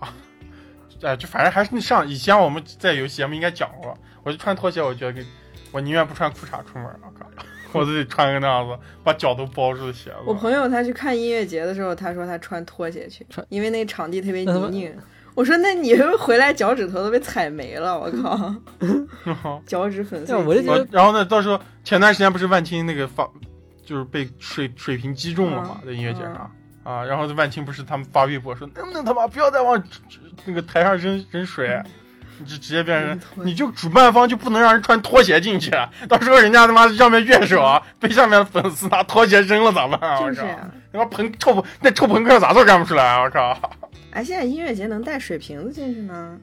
A: 哎，就反正还是上以前我们在有节目应该讲过，我就穿拖鞋，我觉得跟我宁愿不穿裤衩出门，我靠， 我自己穿个那样子，把脚都包住的鞋
C: 我
A: 子。
C: 朋友他去看音乐节的时候，他说他穿拖鞋去
B: 穿，
C: 因为那个场地特别
B: 那他
C: 泥
B: 妈
C: 泞。我说那你回来脚趾头都被踩没了，我靠， 脚趾粉碎
B: 对啊
C: 机。
B: 我就觉得
A: 我呃然后呢，到时候前段时间不是万青那个发，就是被水水平击中了嘛，
C: 嗯
A: 在音乐节上。啊，然后万青不是他们发微博说，能不能他妈不要再往那个台上扔扔
C: 嗯
A: 水，你就直接变成你就主办方就不能让人穿拖鞋进去，啊到时候人家他妈上面乐手啊，被上面的粉丝拿拖鞋扔了咋办啊？
C: 就
A: 我
C: 是
A: 靠，
C: 呀、
A: 他妈朋臭朋那臭朋克咋都干不出来啊！我靠，
C: 哎，现在音乐节能带水瓶子进去吗？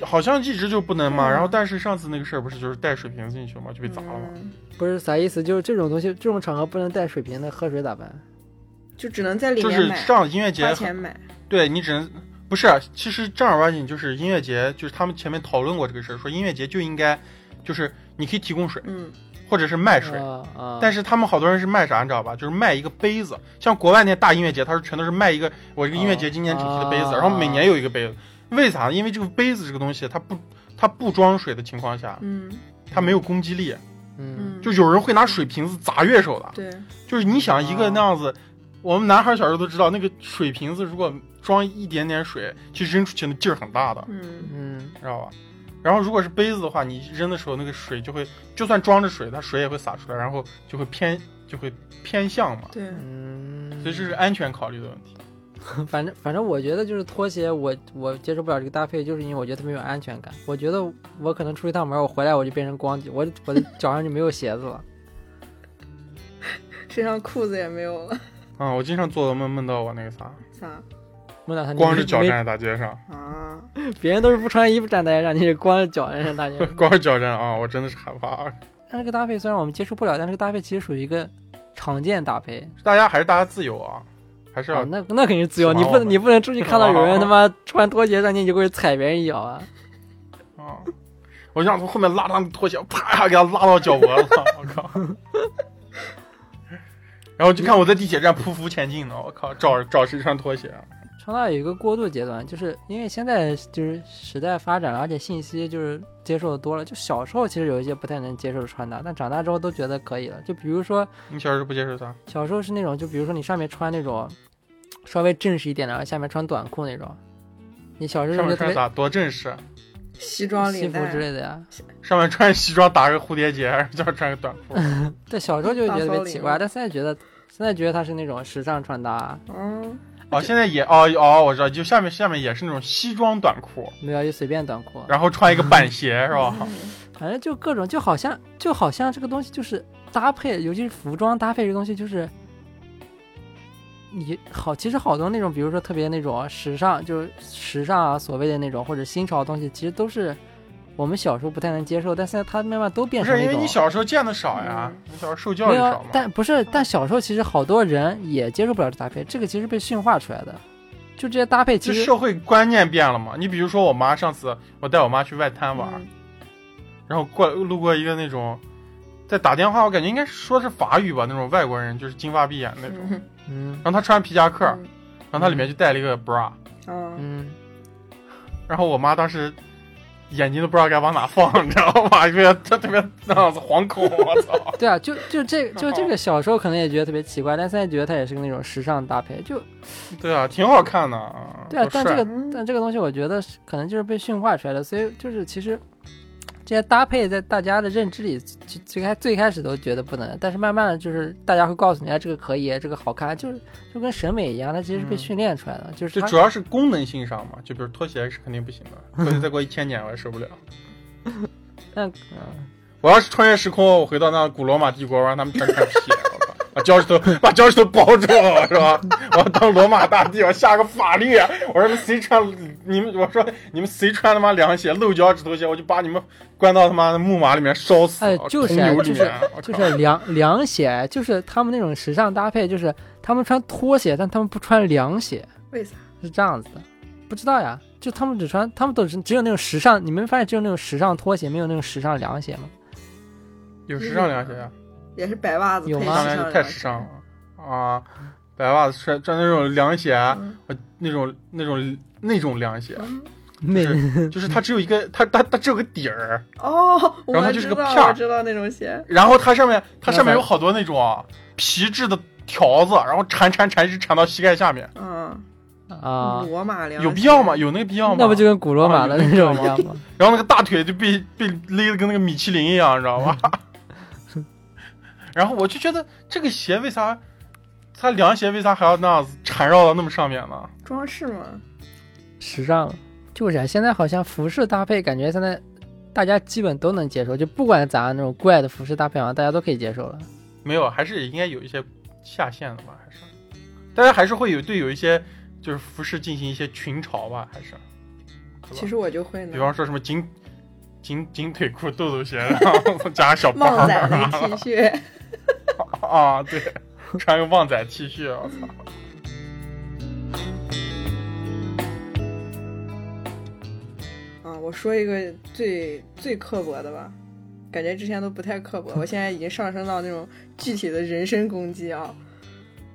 A: 好像一直就不能嘛。
C: 嗯
A: 然后但是上次那个事儿不是就是带水瓶子进去嘛，就被砸了嘛。
C: 嗯
B: 不是啥意思，就是这种东西，这种场合不能带水瓶的，喝水咋办？
C: 就只能在嗯里
A: 就
C: 面
A: 是
C: 买，
A: 上音乐节
C: 花
A: 很
C: 钱买。
A: 对你只能不是，啊其实正儿八经就是音乐节，就是他们前面讨论过这个事儿，说音乐节就应该就是你可以提供水，
C: 嗯，
A: 或者是卖水。
B: 啊啊！
A: 但是他们好多人是卖啥，你知道吧？就是卖一个杯子，像国外那些大音乐节，他是全都是卖一个我这个音乐节今年主题的杯子，
B: 啊
A: 然后每年有一个杯子。为啥？因为这个杯子这个东西，它不它不装水的情况下，
C: 嗯
A: 它没有攻击力，
B: 嗯，
C: 嗯，
A: 就有人会拿水瓶子砸乐手的。
C: 对，
A: 就是你想一个
B: 啊
A: 那样子，我们男孩小时候都知道，那个水瓶子如果装一点点水，其实扔出去的劲儿很大的，
C: 嗯
B: 嗯，
A: 知道吧？然后如果是杯子的话，你扔的时候那个水就会，就算装着水，它水也会洒出来，然后就会偏就会偏向嘛，
C: 对，
B: 嗯，
A: 所以这是安全考虑的问题。
B: 反正反正我觉得就是拖鞋我，我接受不了这个搭配，就是因为我觉得它没有安全感。我觉得我可能出一趟门，我回来我就变成光脚，我我的脚上就没有鞋子了。
C: 身上裤子也没有了，
A: 啊、我经常做噩梦，梦到我那个啥，
C: 咋
B: 梦到他
A: 光着脚站
B: 啊没，
A: 在大街上，。
C: 啊？
B: 别人都是不穿衣服站台上，你是光着脚站在大街上
A: 光着脚站啊，我真的是害怕。
B: 但这个搭配虽然我们接受不了，但这个搭配其实属于一个常见搭配。
A: 大家还是大家自由啊，还是要、
B: 啊，那那肯定是自由，
A: 是吧
B: 你不
A: 我
B: 能你不能出去看到 有人他妈穿拖鞋上去，你就过去踩别人一脚啊！
A: 啊！我就想从后面拉他们拖鞋，啪一下给他拉到脚脖子上，我靠！然后就看我在地铁站匍匐前进呢，我靠，找找谁穿拖鞋啊？
B: 穿搭有一个过渡阶段，就是因为现在就是时代发展了，而且信息就是接受的多了。就小时候其实有一些不太能接受的穿搭，但长大之后都觉得可以了。就比如说
A: 你小时候不接受啥？
B: 小时候是那种，就比如说你上面穿那种稍微正式一点的，然后下面穿短裤那种。你小时
A: 上
B: 候就
A: 面
B: 特
A: 穿
B: 别
A: 啥？多正式！啊
C: 西装
B: 西
C: 领
B: 服
C: 带
B: 之类的呀，
A: 上面穿西装，打个蝴蝶结， 然后再穿个短 裤。
B: 对，小时候就觉得特
C: 大骚
B: 别
C: 领
B: 奇怪，但现在觉得现在觉得它是那种时尚穿搭，
C: 嗯，
A: 哦，现在也哦哦，我知道，就下面下面也是那种西装短裤，
B: 没有就随便短裤。
A: 然后穿一个板鞋是
B: 嗯
A: 吧？
B: 反正就各种，就好像就好像这个东西就是搭配，尤其是服装搭配这个东西，就是你好，其实好多那种，比如说特别那种时尚，就是时尚啊，所谓的那种或者新潮的东西，其实都是我们小时候不太能接受，但现在它慢慢都变
A: 不
B: 成
A: 是
B: 一
A: 因
B: 种
A: 为你小时候见的少呀，你小时候受教
B: 嗯没
A: 育
B: 有
A: 少嘛。
B: 但不是，但小时候其实好多人也接受不了这搭配，这个其实被驯化出来的，就这些搭配
A: 这
B: 其实
A: 社会观念变了嘛？你比如说，我妈上次我带我妈去外滩玩，
C: 嗯
A: 然后过路过一个那种在打电话，我感觉应该说是法语吧，那种外国人就是金发碧眼那种。
C: 嗯
B: 嗯
A: 然后他穿皮夹克，
C: 嗯
A: 然后他里面就带了一个 bra，
C: 嗯，
B: 嗯，
A: 然后我妈当时眼睛都不知道该往哪放，你知道吧？因为她特别那样子惶恐，我 操！
B: 对啊，就 就这就这个小时候可能也觉得特别奇怪，但现在觉得它也是个那种时尚搭配，就
A: 对啊，挺好看的啊。
B: 对啊
A: 多，
B: 但这
A: 帅
B: 个但这个东西我觉得是可能就是被驯化出来的，所以就是其实这些搭配在大家的认知里，最最开最开始都觉得不能，但是慢慢的就是大家会告诉你，哎，这个可以，这个好看，就是就跟审美一样，它其实是被
A: 嗯
B: 训练出来的，就是
A: 这
B: 它
A: 主要是功能性上嘛，就比如拖鞋是肯定不行的，拖鞋再过一千年我也受不了。
B: 但嗯，
A: 我要是穿越时空，我回到那古罗马帝国，我让他们全看屁，我靠，把脚趾头 把脚趾头包住，是吧？我要当罗马大帝，我下个法律，我说谁穿你们，我说你们谁穿他妈凉鞋、露脚趾头鞋，我就把你们关到他妈的木马里面烧死，
B: 哎
A: 我
B: 就是
A: 铜牛
B: 就
A: 里
B: 是
A: 面，我靠
B: 就是凉凉鞋，就是他们那种时尚搭配，就是他们穿拖鞋，但他们不穿凉鞋，
C: 为啥？
B: 是这样子的，不知道呀，就他们只穿，他们都只只有那种时尚，你没发现只有那种时尚拖鞋，没有那种时尚凉鞋吗？
A: 有时尚凉鞋啊，
C: 也是白袜子配
B: 有
C: 时
B: 吗
A: 当
C: 尚
A: 然
C: 凉
A: 是
C: 鞋
A: 太时尚了啊！白袜子穿穿那种凉鞋，
C: 嗯
A: 呃那种那种那种凉鞋，
B: 那
A: 就是它只有一个，它它它只有个底儿。
C: 哦，
A: 然后它
C: 我
A: 就是个
C: 知道，
A: 片儿
C: 我知道那种鞋，
A: 然后它上面它
B: 那
A: 上面
B: 还
A: 有好多那种啊皮质的条子，然后缠缠缠一直缠到膝盖下面，
C: 嗯，
B: 啊，
C: 罗马凉鞋
A: 有必要吗？？有那个必要吗？
B: 那不就跟古罗马的那种
A: 啊
B: 一样吗？
A: 然后那个大腿就被被勒得跟那个米其林一样，你知道吧？ 然后我就觉得这个鞋为啥，它凉鞋为啥还要那样子缠绕到那么上面呢？
C: 装饰嘛，
B: 时尚就是啊，现在好像服饰搭配，感觉现在大家基本都能接受，就不管咋那种怪的服饰搭配，好像大家都可以接 受了。
A: 没有，还是应该有一些下限的吧？还是大家还是会有对有一些就是服饰进行一些群嘲吧？还是吧
C: 其实我就会呢
A: 比，方说什么紧紧紧腿裤、豆豆鞋，然后加个小包
C: 旺仔
A: 儿
C: 那 T 恤，
A: 啊，对，穿个旺仔 T 恤，我操！
C: 啊，我说一个最最刻薄的吧，感觉之前都不太刻薄，我现在已经上升到那种具体的人身攻击啊。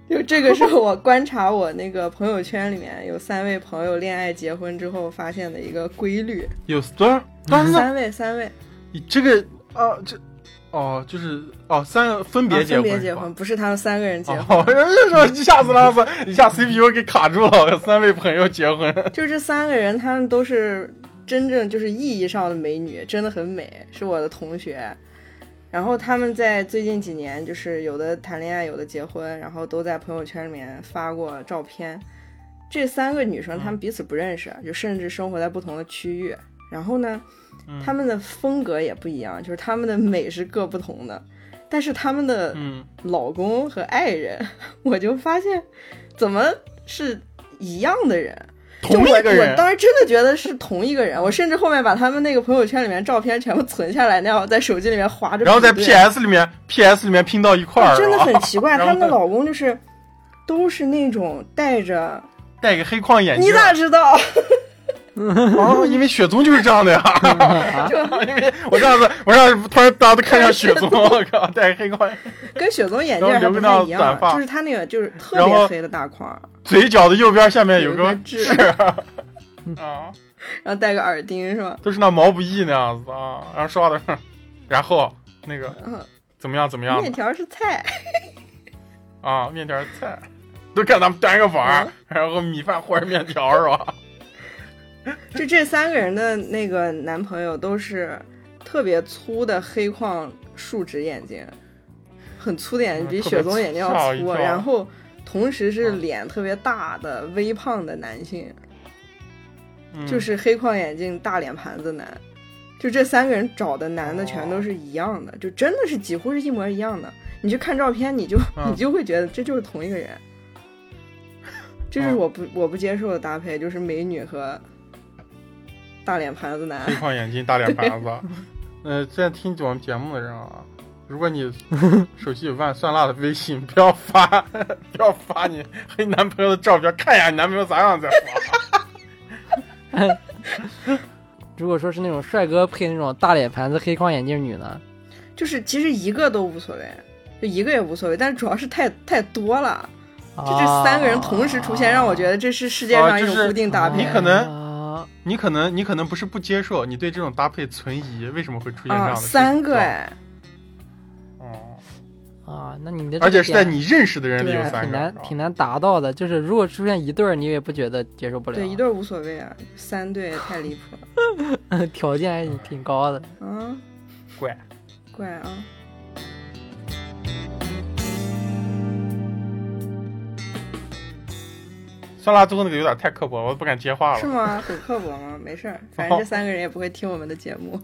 C: 就这个是我观察我那个朋友圈里面有三位朋友恋爱结婚之后发现的一个规律，
A: 有多少？当然了，
C: 三位三位
A: 你这个啊，这哦，就是哦，三个分别
C: 啊
A: 结
C: 分
A: 婚，
C: 别结婚，。不是他们三个人结婚，
A: 哦，人家说一下子拉子，一下 CPU 给卡住了，三位朋友结婚，
C: 就这三个人他们都是真正就是意义上的美女，真的很美，是我的同学。然后他们在最近几年，就是有的谈恋爱，有的结婚，然后都在朋友圈里面发过照片。这三个女生她
A: 嗯
C: 们彼此不认识，就甚至生活在不同的区域。然后呢，
A: 嗯
C: 她们的风格也不一样，就是她们的美是各不同的，但是她们的
A: 嗯，
C: 老公和爱人， 我就发现怎么是一样的人。
A: 同一个
C: 我
A: 人，
C: 当时真的觉得是同一个人，我甚至后面把他们那个朋友圈里面照片全部存下来，那样在手机里面划着比对，
A: 然后在 PS 里面，PS 里面拼到一块儿，
C: 哦真的
A: 是吧
C: 很奇怪，
A: 然后
C: 他们的老公就是都是那种戴着，
A: 戴个黑框眼镜
C: 你，咋知道？
A: 哦，因为雪宗就是这样的呀。
B: 啊，
A: 因为 我上次我上次突然大家都看上 雪宗，我靠，戴黑框，
C: 跟雪松眼镜
A: 然
C: 还
A: 后留
C: 不
A: 个
C: 太
A: 那
C: 一
A: 短
C: 样，
A: 发
C: 就是他那个就是特
A: 然后
C: 别黑的大框，
A: 嘴角的右边下面有
C: 个
A: 个
C: 痣，
A: 啊，
C: 然后戴个耳钉是吧？
A: 都是那毛不易那样子啊，然后说话的， 然后那个
C: 嗯，
A: 怎么样怎么样
C: 面条是菜，
A: 啊，面条菜，都看咱们端个碗儿
C: 嗯，
A: 然后米饭或者面条啊是 吧？
C: 就这三个人的那个男朋友都是特别粗的黑框树脂眼镜，很粗的眼
A: 嗯
C: 睛，比
A: 特别
C: 雪松眼睛
A: 吓
C: 要
A: 我一
C: 粗。啊
A: 跳
C: 然后同时是
A: 嗯
C: 脸特别大的微胖的男性，
A: 嗯
C: 就是黑框眼镜大脸盘子男。就这三个人找的男
A: 哦
C: 的全都是一样的，就真的是几乎是一模一样的。你去看照片，你就、
A: 嗯
C: 你就会觉得这就是同一个人。这就是
A: 嗯
C: 我不、我不接受的搭配，就是美女和大脸盘子男。
A: 黑框眼镜、大脸盘子。呃，现在听我们节目的人啊，如果你 手机有万酸辣的微信，不要发， 不要发你和你男朋友的照片，看一下你男朋友咋样再发。
B: 如果说是那种帅哥配那种大脸盘子黑框眼镜女呢，
C: 就是其实一个都无所谓，就一个也无所谓，但主要是太太多了，
B: 就
C: 就这三个人同时出现，让我觉得这是世界上一
A: 啊哦
C: 种
A: 就是
C: 固
B: 哎
C: 定搭
A: 你
C: 配。
A: 可能
B: 啊
A: 你可能你可能不是不接受，你对这种搭配存疑，为什么会出现这样
C: 啊，
A: 的、
C: 三个，哎，
A: 哦、
B: 啊，那你的这
A: 而且是在
B: 点
A: 你认识的人里
C: 对
A: 有三
B: 挺
A: 个
B: 难，挺难达到的，就是如果出现一对儿，你也不觉得接受不了。
C: 对，一对儿无所谓啊，三对太离谱了。
B: 条件还挺高的。
C: 啊，
A: 怪。
C: 怪啊！
A: 酸辣最后那个有点太刻薄了，我都不敢接话了。
C: 是吗？很刻薄吗？没事儿，反正这三个人也不会听我们的节目。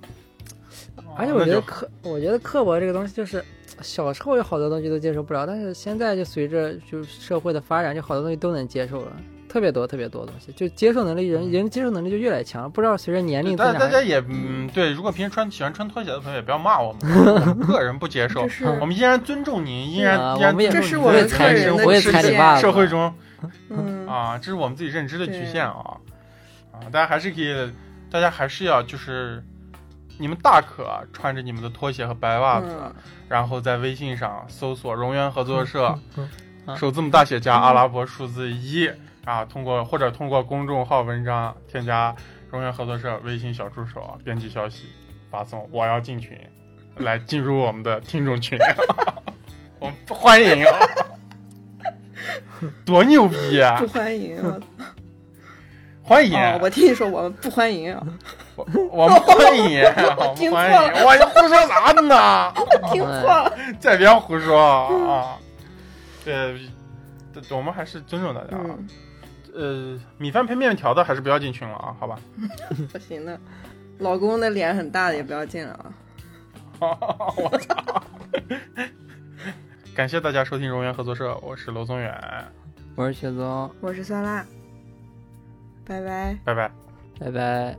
A: 哦
B: 而且我觉得
A: 那就
B: 刻，我觉得刻薄这个东西就是小时候有好多东西都接受不了，但是现在就随着就是社会的发展，就好多东西都能接受了，特别多特别多的东西，就接受能力
A: 嗯
B: 人人接受能力就越来越强了。不知道随着年龄
A: 大
B: 增
A: 大家
B: 长，
A: 也嗯对，如果平时穿喜欢穿拖鞋的朋友也不要骂我们， 我们个人不接受
C: 这，是
A: 我们依然尊重您，依然
B: 啊
A: 依然
B: 我们也
A: 尊重
C: 这是
A: 您
C: 我
A: 在
C: 们
A: 自己
C: 个人
A: 社
C: 的啊
A: 会
C: 我也
A: 自
C: 踩
A: 己
C: 你爸爸
A: 社会中
C: 嗯，
A: 啊，这是我们自己认知的局
C: 对
A: 限啊啊，大家还是可以，大家还是要就是。你们大可啊穿着你们的拖鞋和白袜子，
C: 嗯，
A: 然后在微信上搜索“荣源合作社”，
B: 嗯啊
A: 首字母大写加阿拉伯数字一啊，通过或者通过公众号文章添加荣源合作社微信小助手，编辑消息发送“我要进群”，来进入我们的听众群，我们欢迎啊，多牛逼啊
C: 不！欢迎 啊！
A: 欢迎，
C: 哦，我听你说我们不欢迎啊，
A: 我我们欢 迎，我
C: 听
A: 们
C: 错
A: 欢
C: 了
A: 迎，我你胡说啥呢？
C: 听错了。
A: 再别胡说啊！这这我们还是尊重大家啊。
C: 嗯，
A: 呃，米饭配面条的还是不要进群了啊，好吧？
C: 嗯不行的，老公的脸很大的也不要进了啊。
A: 我操！ 感谢大家收听荣源合作社，我是娄宗远，
B: 我是雪宗，
C: 我是酸辣，拜拜。
A: 拜拜。
B: 拜拜。